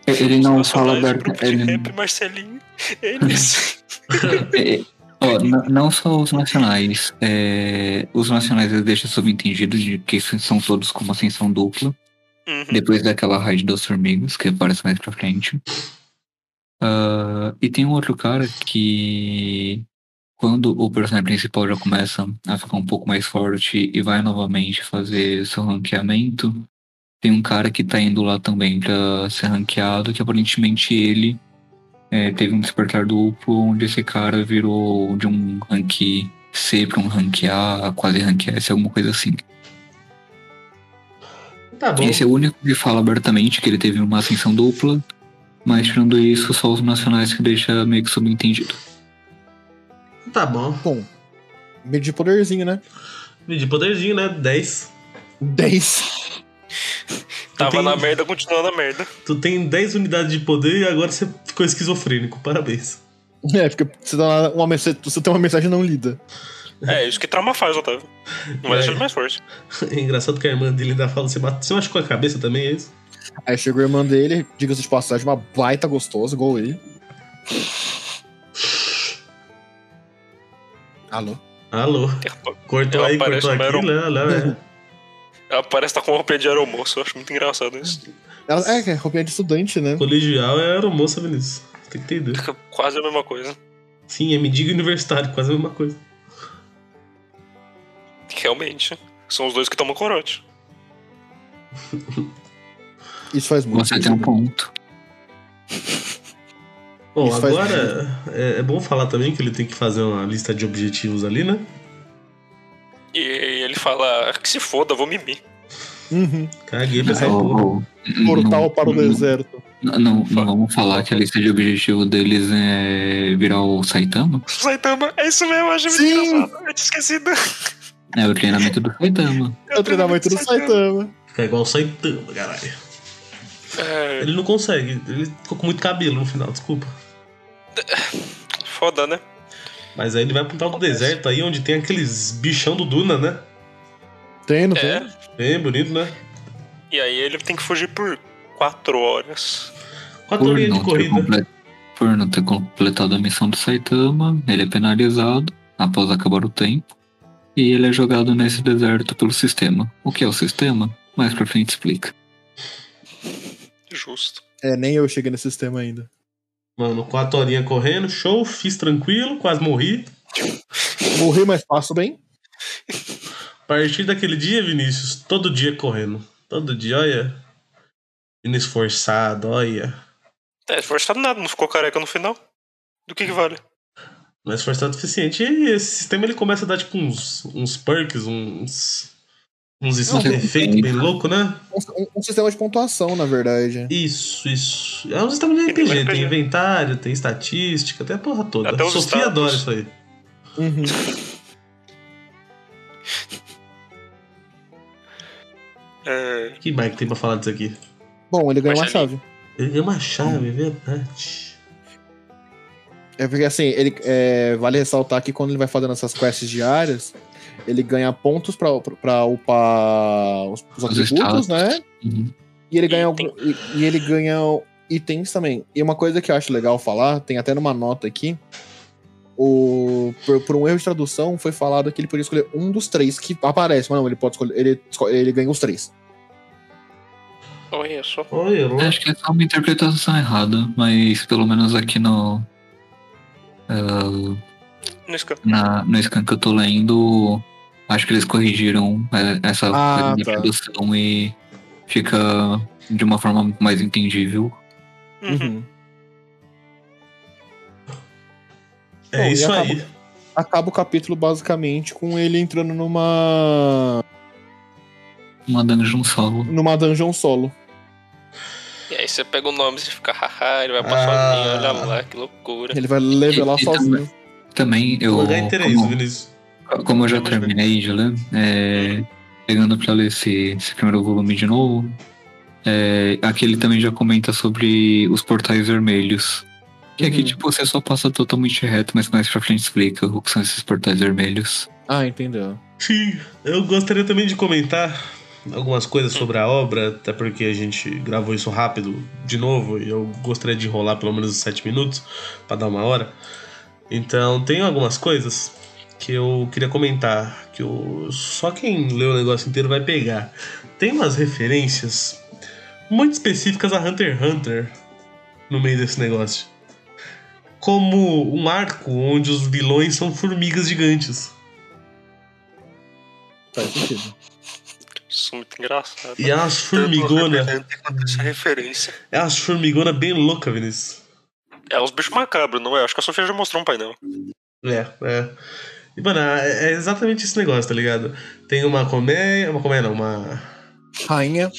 S5: Ele não fala
S2: Personagem, grupo
S5: aberta.
S2: de
S5: Ele,
S2: rap, Marcelinho. Eles.
S5: É, é, ó, n- não só os nacionais. é, os nacionais ele deixa subentendido de que são todos com uma ascensão dupla.
S2: Uhum.
S5: Depois daquela raid dos formigas, que aparece mais pra frente. Ah, e tem um outro cara que. Quando o personagem principal já começa a ficar um pouco mais forte e vai novamente fazer seu ranqueamento, tem um cara que tá indo lá também pra ser ranqueado, que aparentemente ele é, teve um despertar duplo, onde esse cara virou de um rank C pra um rank A, quase rank S, alguma coisa assim.
S3: Tá bom.
S5: Esse é o único que fala abertamente que ele teve uma ascensão dupla, mas tirando isso, só os nacionais que deixa meio que subentendido.
S3: Tá bom.
S4: Bom. Meio de poderzinho, né?
S3: Medir poderzinho, né? 10.
S4: 10.
S2: Tava
S3: tem-
S2: na merda, continuou na merda.
S3: Tu tem 10 unidades de poder e agora você ficou esquizofrênico. Parabéns.
S4: É, porque você, dá uma mensagem, você tem uma mensagem não lida.
S2: É, isso que trauma faz, Otávio. Não vai
S3: É.
S2: deixar ele mais forte.
S3: É engraçado que a irmã dele ainda fala, você, bate, você machucou a cabeça também, é isso?
S4: Aí chegou a irmã dele, diga-se de passagem, uma baita gostosa, igual ele. Alô?
S3: Alô. Cortou
S2: Ela
S3: aí,
S2: parece
S3: cortou
S2: uma
S3: aqui,
S2: aerom-
S3: lá, lá, é.
S2: Ela parece que tá com roupa de aeromoço, eu acho muito engraçado isso.
S4: Ela, é, que é roupinha de estudante, né?
S3: Colegial é aeromoça, Vinícius. Tem que entender.
S2: Fica quase a mesma coisa.
S3: Sim, é mendigo e universitário, quase a mesma coisa.
S2: Realmente. São os dois que tomam corote.
S4: Isso faz muito.
S5: Você tem um ponto.
S3: Bom,
S4: Isso faz
S3: agora é, é bom falar também que ele tem que fazer uma lista de objetivos ali, né?
S2: E ele fala, "Ah, que se foda, vou mimir.
S4: Uhum.
S3: Caguei
S5: É
S3: é pra essa porra.
S5: Ou-
S4: Portal para o
S5: Então, não-
S4: deserto.
S5: Não, não, não vamos falar que a lista de objetivo deles é virar o Saitama?
S2: Saitama, é isso mesmo, eu achei muito
S4: Sim.
S2: engraçado. Eu tinha esquecido.
S5: É o treinamento do Saitama.
S4: É o treinamento do Saitama.
S3: Ficar igual o Saitama, caralho.
S2: É,
S3: Ele não consegue, ele ficou com muito cabelo no final, desculpa.
S2: foda, né?
S3: Mas aí ele vai pro tal do deserto aí, onde tem aqueles bichão do Duna, né?
S4: Tem, não
S2: É.
S4: tem?
S3: Bem bonito, né?
S2: E aí ele tem que fugir por quatro horas.
S3: Quatro
S5: Por
S3: horinhas de
S5: não, ter
S3: corrida.
S5: comple- por não ter completado a missão do Saitama, ele é penalizado após acabar o tempo. E ele é jogado nesse deserto pelo sistema. O que é o sistema? Mais pra frente explica.
S2: Justo.
S4: É, nem eu cheguei nesse sistema ainda.
S3: Mano, quatro horinhas correndo, show, fiz tranquilo, quase morri.
S4: Morri, mas passo bem.
S3: A partir daquele dia, Vinícius, todo dia correndo. Todo dia, olha. Vindo esforçado, olha.
S2: É, esforçado nada, não ficou careca no final. Do que que vale?
S3: Não é esforçado o suficiente. E esse sistema ele começa a dar tipo uns, uns perks, uns. Uns efeitos bem louco, né?
S4: Um, um sistema de pontuação, na verdade.
S3: Isso, isso. É um sistema de
S2: Tem
S3: RPG, tem
S2: RPG.
S3: inventário, tem estatística, tem a porra toda.
S2: Até os
S3: Sofia
S2: status.
S3: adora isso aí.
S4: Uhum.
S2: É,
S3: O que mais que tem pra falar disso aqui?
S4: Bom, ele ganhou uma
S2: Mas é ali-
S4: chave.
S3: Ele ganhou uma chave, é verdade.
S4: É porque assim, ele é, vale ressaltar que quando ele vai fazendo essas quests diárias, ele ganha pontos pra, pra upar os, os atributos,
S5: status.
S4: né?
S5: Uhum.
S4: E ele ganha algum- e, e ele ganha itens também. E uma coisa que eu acho legal falar, tem até numa nota aqui, o, por, por um erro de tradução foi falado que ele podia escolher um dos três que aparece, mas não, ele pode escolher, ele, esco- ele ganha os três.
S2: olha só.
S3: Olha,
S5: Acho que é só uma interpretação errada, mas pelo menos aqui no, ah,
S2: No Scan.
S5: na, no scan que eu tô lendo, acho que eles corrigiram é, essa
S4: Ah, tá.
S5: tradução e fica de uma forma muito mais entendível.
S2: Uhum.
S4: Bom,
S3: É
S4: e
S3: isso
S4: acabou.
S3: aí.
S4: Acaba o capítulo basicamente com ele entrando numa.
S5: Uma dungeon solo.
S4: numa dungeon solo.
S6: E aí você pega o nome e você fica, haha, ele vai passar
S3: Ah.
S6: sozinho, olha lá, que loucura.
S4: Ele vai levelar
S5: E- e
S4: sozinho.
S5: Também eu.
S3: Lugar 3,
S5: como-
S3: Vinícius.
S5: Como eu já terminei de ler, é, pegando pra ler esse, esse primeiro volume de novo, é, aqui ele também já comenta sobre os portais vermelhos. Que aqui,
S4: Uhum.
S5: tipo, você só passa totalmente reto, mas mais pra frente explica o que são esses portais vermelhos.
S4: Ah, entendeu.
S3: Sim, eu gostaria também de comentar algumas coisas sobre a obra, até porque a gente gravou isso rápido de novo e eu gostaria de enrolar pelo menos uns 7 minutos para dar uma hora. Então, tem algumas coisas que eu queria comentar, que eu- só quem lê o negócio inteiro vai pegar. Tem umas referências muito específicas a Hunter x Hunter no meio desse negócio. Como um arco onde os vilões são formigas gigantes.
S4: Faz sentido.
S2: Isso é muito engraçado.
S3: E né? as formigonas.
S2: Essa referência.
S3: É umas formigona bem louca, Vinícius.
S2: É uns bichos macabros, não é? Acho que a Sofia já mostrou um painel.
S3: É, é. E, mano, é é exatamente esse negócio, tá ligado? Tem uma colmeia. Uma colmeia não, uma.
S4: Rainha,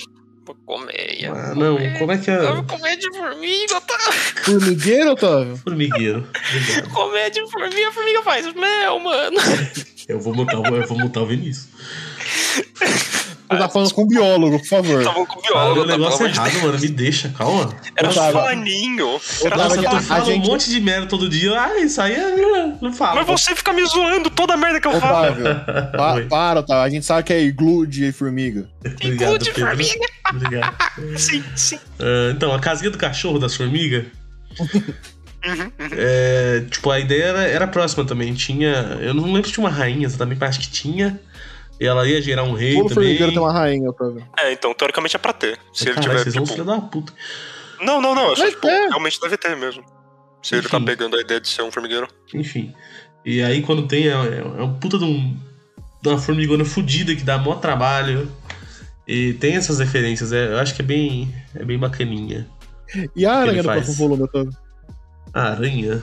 S6: Pô, colmeia.
S3: uma- não, como é que é?
S6: Ah, colmeia de formiga, tá?
S4: formigueiro, Otávio?
S3: Formigueiro. Obrigado.
S6: Colmeia de formiga, a formiga faz mel, mano.
S3: Eu vou mutar, o- eu vou mutar o Vinícius.
S4: Você tá falando com um biólogo, por favor.
S6: Tava com o
S3: Ah,
S6: biólogo, tá?
S3: o
S6: Pelo
S3: negócio
S6: amor
S3: é
S6: de
S3: errado, mano. Me deixa, calma.
S2: Era
S4: Otávio.
S2: só aninho. Era
S4: Otávio,
S2: só
S3: Nossa,
S4: gente-
S3: tu
S4: a
S3: fala um
S4: gente-
S3: monte de merda todo dia. Ah, isso aí eu não falo.
S2: Mas você fica me zoando toda a merda que eu falo.
S4: Otávio, pa-
S6: tá
S3: Oi.
S4: para, Otávio. A gente sabe que é iglu de formiga.
S3: Obrigado,
S6: de
S3: Pedro.
S6: formiga.
S3: Obrigado.
S2: Sim, sim.
S3: Ah, então, a casinha do cachorro das formigas.
S2: Uhum.
S3: É, tipo, a ideia era, era próxima também. Tinha. Eu não lembro se tinha uma rainha exatamente, mas acho que tinha. E ela ia gerar um rei
S4: Todo
S3: também.
S4: formigueiro tem uma rainha, Otávio.
S2: É, então, teoricamente é pra ter. Se ele
S3: Caralho,
S2: tiver,
S3: vocês vão filho
S2: tipo...
S3: da puta.
S2: Não, não, não. É só,
S4: Mas
S2: tipo,
S4: é.
S2: realmente deve ter mesmo. Se ele tá
S3: Enfim.
S2: pegando a ideia de ser um formigueiro.
S3: Enfim. E aí quando tem é, é, é um puta de, um, de uma formigona fodida que dá mó trabalho. E tem essas referências, é, eu acho que é bem, é bem bacaninha.
S4: E a aranha
S3: Ele
S4: do
S3: faz.
S4: próximo volume, Otávio?
S3: A aranha.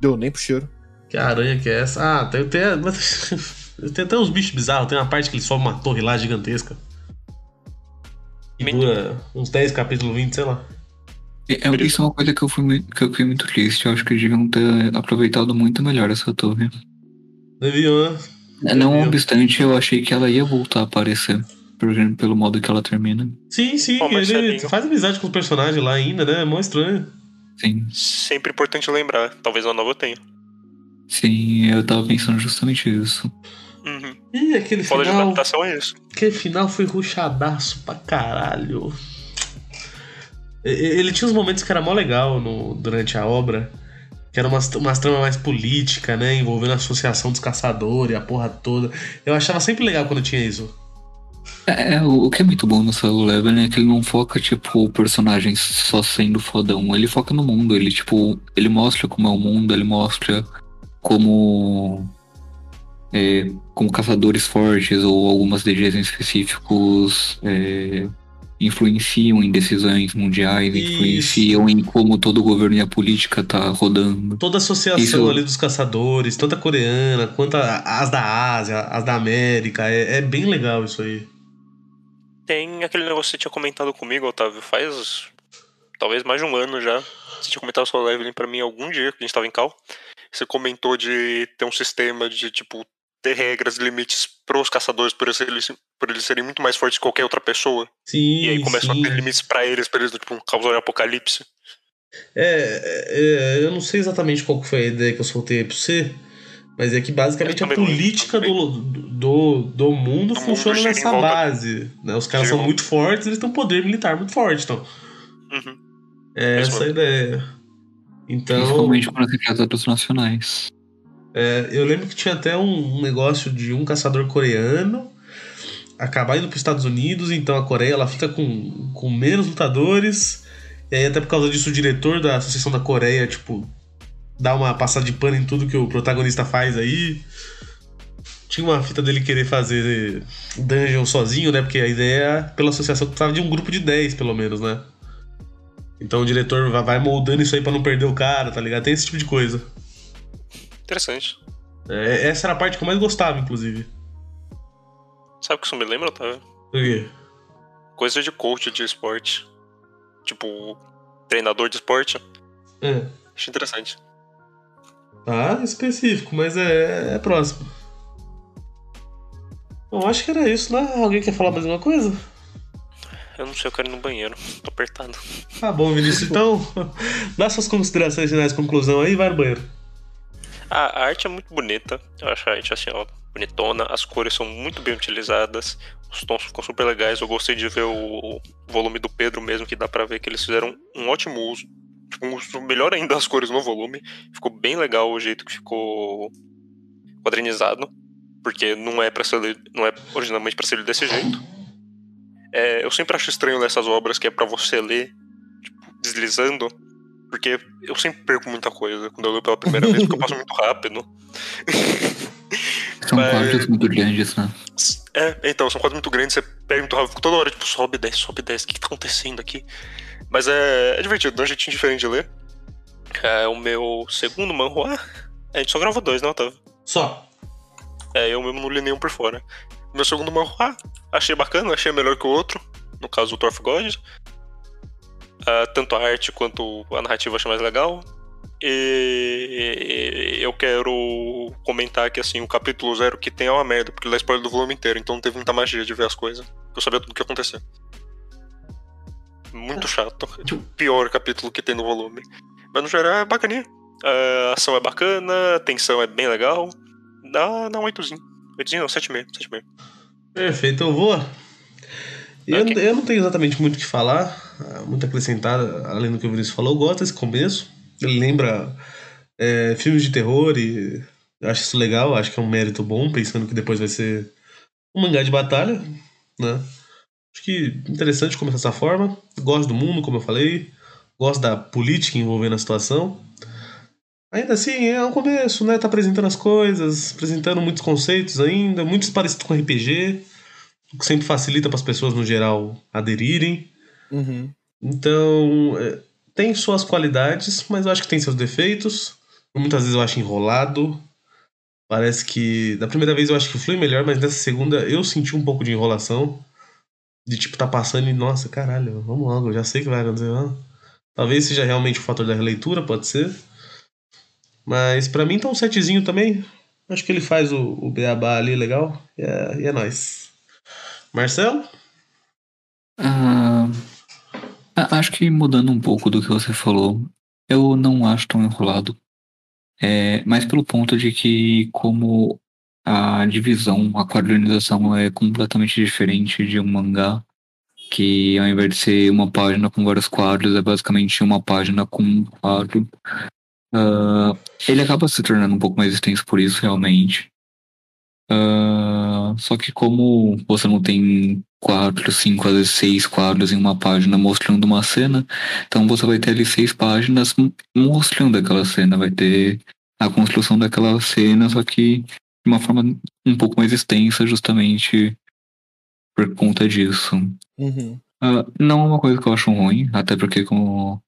S4: Deu nem pro cheiro.
S3: Que aranha que é essa? Ah, tem, tem, mas- tem até uns bichos bizarros. Tem uma parte que ele sobe uma torre lá gigantesca. E
S6: Mentira.
S3: dura uns 10 capítulos, 20, sei lá.
S5: E- é- isso é uma coisa que eu, fui, mui- que eu fiquei muito triste. Eu acho que eles deviam ter aproveitado muito melhor essa torre.
S3: Deviam, né?
S5: É, Não
S3: Deviam.
S5: obstante, eu achei que ela ia voltar a aparecer. por- Pelo modo que ela termina.
S3: Sim, sim,
S2: Ó,
S3: ele
S2: Marcelinho.
S3: faz amizade com os personagens lá ainda, né? É mó estranho.
S5: Sim.
S2: Sempre é importante lembrar. Talvez na nova eu tenha.
S5: Sim, eu tava pensando justamente isso.
S2: Uhum.
S3: Ih, aquele
S2: Foda de
S3: final.
S2: adaptação é isso.
S3: Aquele final foi ruchadaço pra caralho. E- e- Ele tinha uns momentos que era mó legal no, durante a obra. Que era umas, umas tramas mais política, né? Envolvendo a associação dos caçadores, a porra toda. Eu achava sempre legal quando tinha isso.
S5: É, é, o o que é muito bom no Solo Leveling é que ele não foca, tipo, o personagem só sendo fodão. Ele foca no mundo, ele, tipo, ele mostra como é o mundo, ele mostra como. é, como caçadores fortes ou algumas DGs em específicos é, influenciam em decisões mundiais,
S3: Isso.
S5: influenciam em como todo o governo e a política tá rodando.
S3: Toda a associação
S5: Isso-
S3: ali dos caçadores, tanto a coreana quanto a- as da Ásia, as da América. É, é bem legal isso aí.
S2: Tem aquele negócio que você tinha comentado comigo, Otávio, faz talvez mais de um ano já. Você tinha comentado sua leveling pra mim algum dia, que a gente tava em cal. Você comentou de ter um sistema de, tipo, ter regras, limites pros caçadores por eles, por eles serem muito mais fortes que qualquer outra pessoa.
S3: Sim,
S2: e aí começam
S3: sim.
S2: a ter limites pra eles, pra eles, tipo, causarem apocalipse.
S3: É, é, eu não sei exatamente qual que foi a ideia que eu soltei aí pra você, mas é que basicamente
S2: Eu
S3: a
S2: também não lembro
S3: política
S2: também.
S3: do, do, do
S2: Do
S3: mundo
S2: mundo
S3: funciona
S2: gira em
S3: nessa
S2: volta-
S3: base. né? Os caras
S2: gira em
S3: são
S2: volta-
S3: muito fortes, eles têm um poder militar muito forte, então.
S2: Uhum.
S3: É
S2: Isso
S3: essa a
S2: mesmo.
S3: ideia. Então,
S5: Principalmente quando se trata dos nacionais.
S3: é, eu lembro que tinha até um, um negócio de um caçador coreano acabar indo para os Estados Unidos, então a Coreia ela fica com, com menos lutadores. E aí, até por causa disso, o diretor da Associação da Coreia, tipo, dar uma passada de pano em tudo que o protagonista faz aí. Tinha uma fita dele querer fazer dungeon sozinho, né? Porque a ideia, pela associação, precisava de um grupo de 10, pelo menos, né? Então o diretor va- vai moldando isso aí pra não perder o cara, tá ligado? Tem esse tipo de coisa.
S6: Interessante.
S3: É, essa era a parte que eu mais gostava, inclusive.
S2: Sabe o que isso me lembra, Otávio?
S3: Por quê?
S2: Coisa de coach de esporte. Tipo, treinador de esporte.
S3: É.
S2: Acho interessante.
S3: Tá específico, mas é, é próximo. Bom, acho que era isso, né? Alguém quer falar mais alguma coisa?
S2: Eu não sei, eu quero ir no banheiro. Tô apertado.
S3: Tá bom, Vinícius. Então, dá suas considerações finais, conclusão aí, vai no banheiro.
S2: Ah, a arte é muito bonita. Eu acho a arte assim, ó, bonitona. As cores são muito bem utilizadas. Os tons ficam super legais. Eu gostei de ver o, o volume do Pedro mesmo, que dá pra ver que eles fizeram um ótimo uso. Tipo, um uso melhor ainda das cores no volume. Ficou bem legal o jeito que ficou quadrinizado. Porque não é para ser lido- não é originalmente pra ser lido desse jeito. É, eu sempre acho estranho nessas obras que é pra você ler, tipo, deslizando. Porque eu sempre perco muita coisa quando eu leio pela primeira vez, porque eu passo muito rápido.
S5: São
S2: Mas-
S5: quadros muito grandes, né?
S2: É, então, são quadros muito grandes, você pega muito rápido, fica toda hora, tipo, sobe 10, sobe 10, o que que tá acontecendo aqui? Mas é, é divertido, dá um jeitinho diferente de ler. É o meu segundo manhua. A gente só gravou dois, né, Otávio?
S3: Só.
S2: É, eu mesmo não li nenhum por fora. Meu segundo manhua, achei bacana, achei melhor que o outro, no caso o Thor of God. Ah, tanto a arte quanto a narrativa eu achei mais legal. E eu quero comentar que assim, o capítulo zero que tem é uma merda, porque ele dá spoiler do volume inteiro, então não teve muita magia de ver as coisas. Eu sabia tudo o que ia acontecer. Muito chato. É tipo, o pior capítulo que tem no volume. Mas no geral é bacaninha. Ah, A ação é bacana, a tensão é bem legal. Dá, dá um 8zinho. 8zinho não, 7,5. 7,5.
S3: Perfeito, eu vou. E Eu,
S2: Ok.
S3: eu não tenho exatamente muito o que falar, ah, muito acrescentado, além do que o Vinícius falou. Eu gosto desse começo. Ele lembra é, filmes de terror e eu acho isso legal, acho que é um mérito bom, pensando que depois vai ser um mangá de batalha, né? Acho que interessante começar dessa forma. Gosto do mundo, como eu falei. Gosto da política envolvendo a situação. Ainda assim, é um começo, né? Tá apresentando as coisas, apresentando muitos conceitos ainda, muitos parecidos com RPG, o que sempre facilita para as pessoas no geral aderirem.
S4: Uhum.
S3: Então, é, tem suas qualidades, mas eu acho que tem seus defeitos. Muitas vezes eu acho enrolado. Parece que. Da primeira vez eu acho que flui melhor, mas nessa segunda eu senti um pouco de enrolação. De tipo, tá passando e, nossa, caralho, vamos logo, eu já sei o que vai acontecer. ah. Talvez seja realmente o fator da releitura, pode ser. Mas pra mim tá um setzinho também. Acho que ele faz o, o beabá ali legal. E é, e é nóis. Marcelo?
S5: Ah, a- acho que mudando um pouco do que você falou, eu não acho tão enrolado. É, mas pelo ponto de que como a divisão, a quadrinização é completamente diferente de um mangá, que ao invés de ser uma página com vários quadros, é basicamente uma página com um quadro. Ah, ele acaba se tornando um pouco mais extenso por isso, realmente. Ah, só que como você não tem quatro, cinco, às vezes seis quadros em uma página mostrando uma cena, então você vai ter ali seis páginas m- mostrando aquela cena, vai ter a construção daquela cena, só que de uma forma um pouco mais extensa, justamente por conta disso.
S4: Uhum.
S5: Ah, não é uma coisa que eu acho ruim, até porque como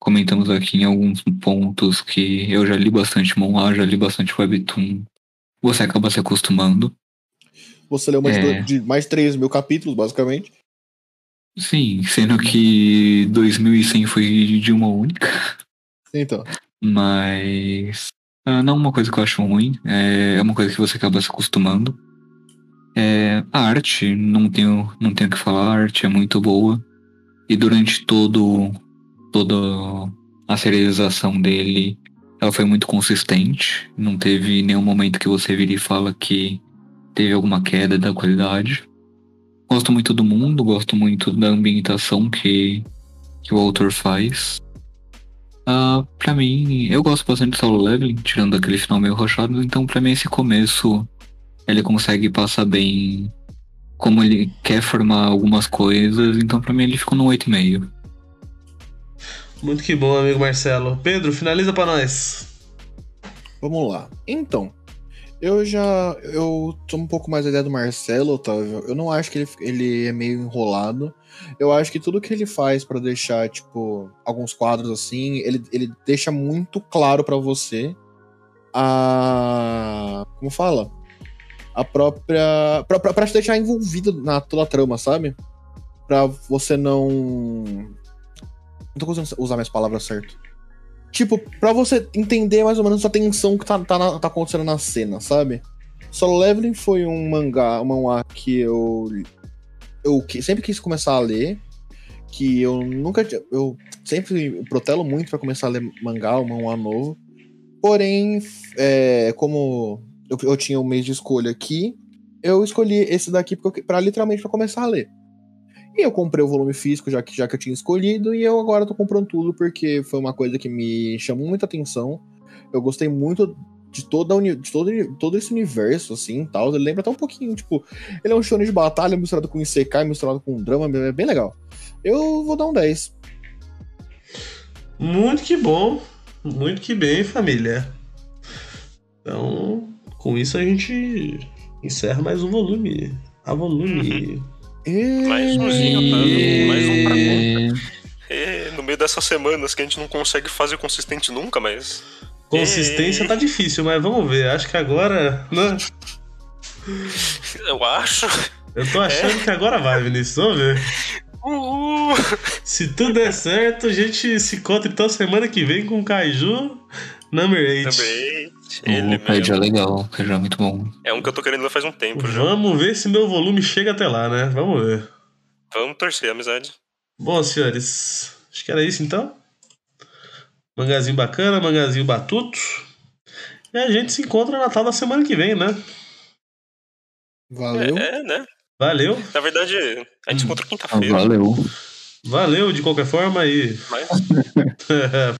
S5: comentamos aqui em alguns pontos que eu já li bastante Monhua, já li bastante Webtoon, você acaba se acostumando.
S4: Você leu mais,
S5: É.
S4: de, de mais 3 mil capítulos, basicamente.
S5: Sim, sendo que 2100 foi de uma única,
S4: Então.
S5: mas ah, não é uma coisa que eu acho ruim, é é uma coisa que você acaba se acostumando. É, a arte, não tenho, não tenho o que falar, a arte é muito boa. E durante todo toda a serialização dele, ela foi muito consistente. Não teve nenhum momento que você vira e fala que teve alguma queda da qualidade. Gosto muito do mundo, gosto muito da ambientação que, que o autor faz. Ah, pra mim, eu gosto bastante de solo leveling, tirando aquele final meio rochado, então pra mim esse começo ele consegue passar bem como ele quer formar algumas coisas, então pra mim ele ficou no 8,5.
S3: Muito que bom, amigo Marcelo. Pedro, finaliza pra nós.
S4: Vamos lá. Então, eu já. Eu tomo um pouco mais a ideia do Marcelo, Otávio. Eu não acho que ele, ele é meio enrolado. Eu acho que tudo que ele faz pra deixar, tipo, alguns quadros assim, ele, ele deixa muito claro pra você a. Como fala? A própria. Pra, pra, pra te deixar envolvido na toda a trama, sabe? Pra você não. Não tô conseguindo usar minhas palavras certo. Tipo, pra você entender mais ou menos a tensão que tá, tá, na- tá acontecendo na cena, sabe? Solo Leveling foi um mangá, um manhwa que eu, eu que- sempre quis começar a ler, que eu nunca tinha- eu sempre protelo muito pra começar a ler mangá, um manhwa novo. Porém, é, como eu, eu tinha um mês de escolha aqui, eu escolhi esse daqui porque, eu que- pra, literalmente pra começar a ler. E eu comprei o volume físico, já que, já que eu tinha escolhido, e eu agora tô comprando tudo porque foi uma coisa que me chamou muita atenção. Eu gostei muito de, toda a uni- de todo, todo esse universo, assim, tal. Ele lembra até um pouquinho, tipo, ele é um show de batalha misturado com Isekai, misturado com drama, é bem legal. Eu vou dar um 10.
S3: Muito que bom. Muito que bem, família. Então, com isso a gente encerra mais um volume. A volume.
S4: E...
S2: Mais umzinho, tá? Mais um pra conta.
S5: É,
S2: É, no meio dessas semanas que a gente não consegue fazer consistente nunca, mas.
S3: Consistência tá difícil, mas vamos ver. Acho que agora. né?
S2: Eu acho.
S3: Eu tô achando que agora vai, Vinícius. Vamos ver.
S2: Uhul!
S3: Se tudo der certo, a gente se encontra então semana que vem com o Kaiju Number 8.
S2: Também. Ele
S5: o Kaiju
S2: mesmo.
S5: é legal, o Kaiju é muito bom.
S2: É um que eu tô querendo ler faz um tempo já.
S3: Vamos ver se meu volume chega até lá, né? Vamos ver.
S2: Vamos torcer, amizade.
S3: Bom, senhores, acho que era isso então. Mangazinho bacana, mangazinho batuto. E a gente se encontra no Natal da semana que vem, né?
S4: Valeu.
S2: É, né?
S3: Valeu,
S2: Na verdade, a gente
S3: Hum.
S2: encontra
S5: Ah,
S2: quinta-feira.
S5: valeu.
S3: valeu de qualquer forma e.
S2: Mas...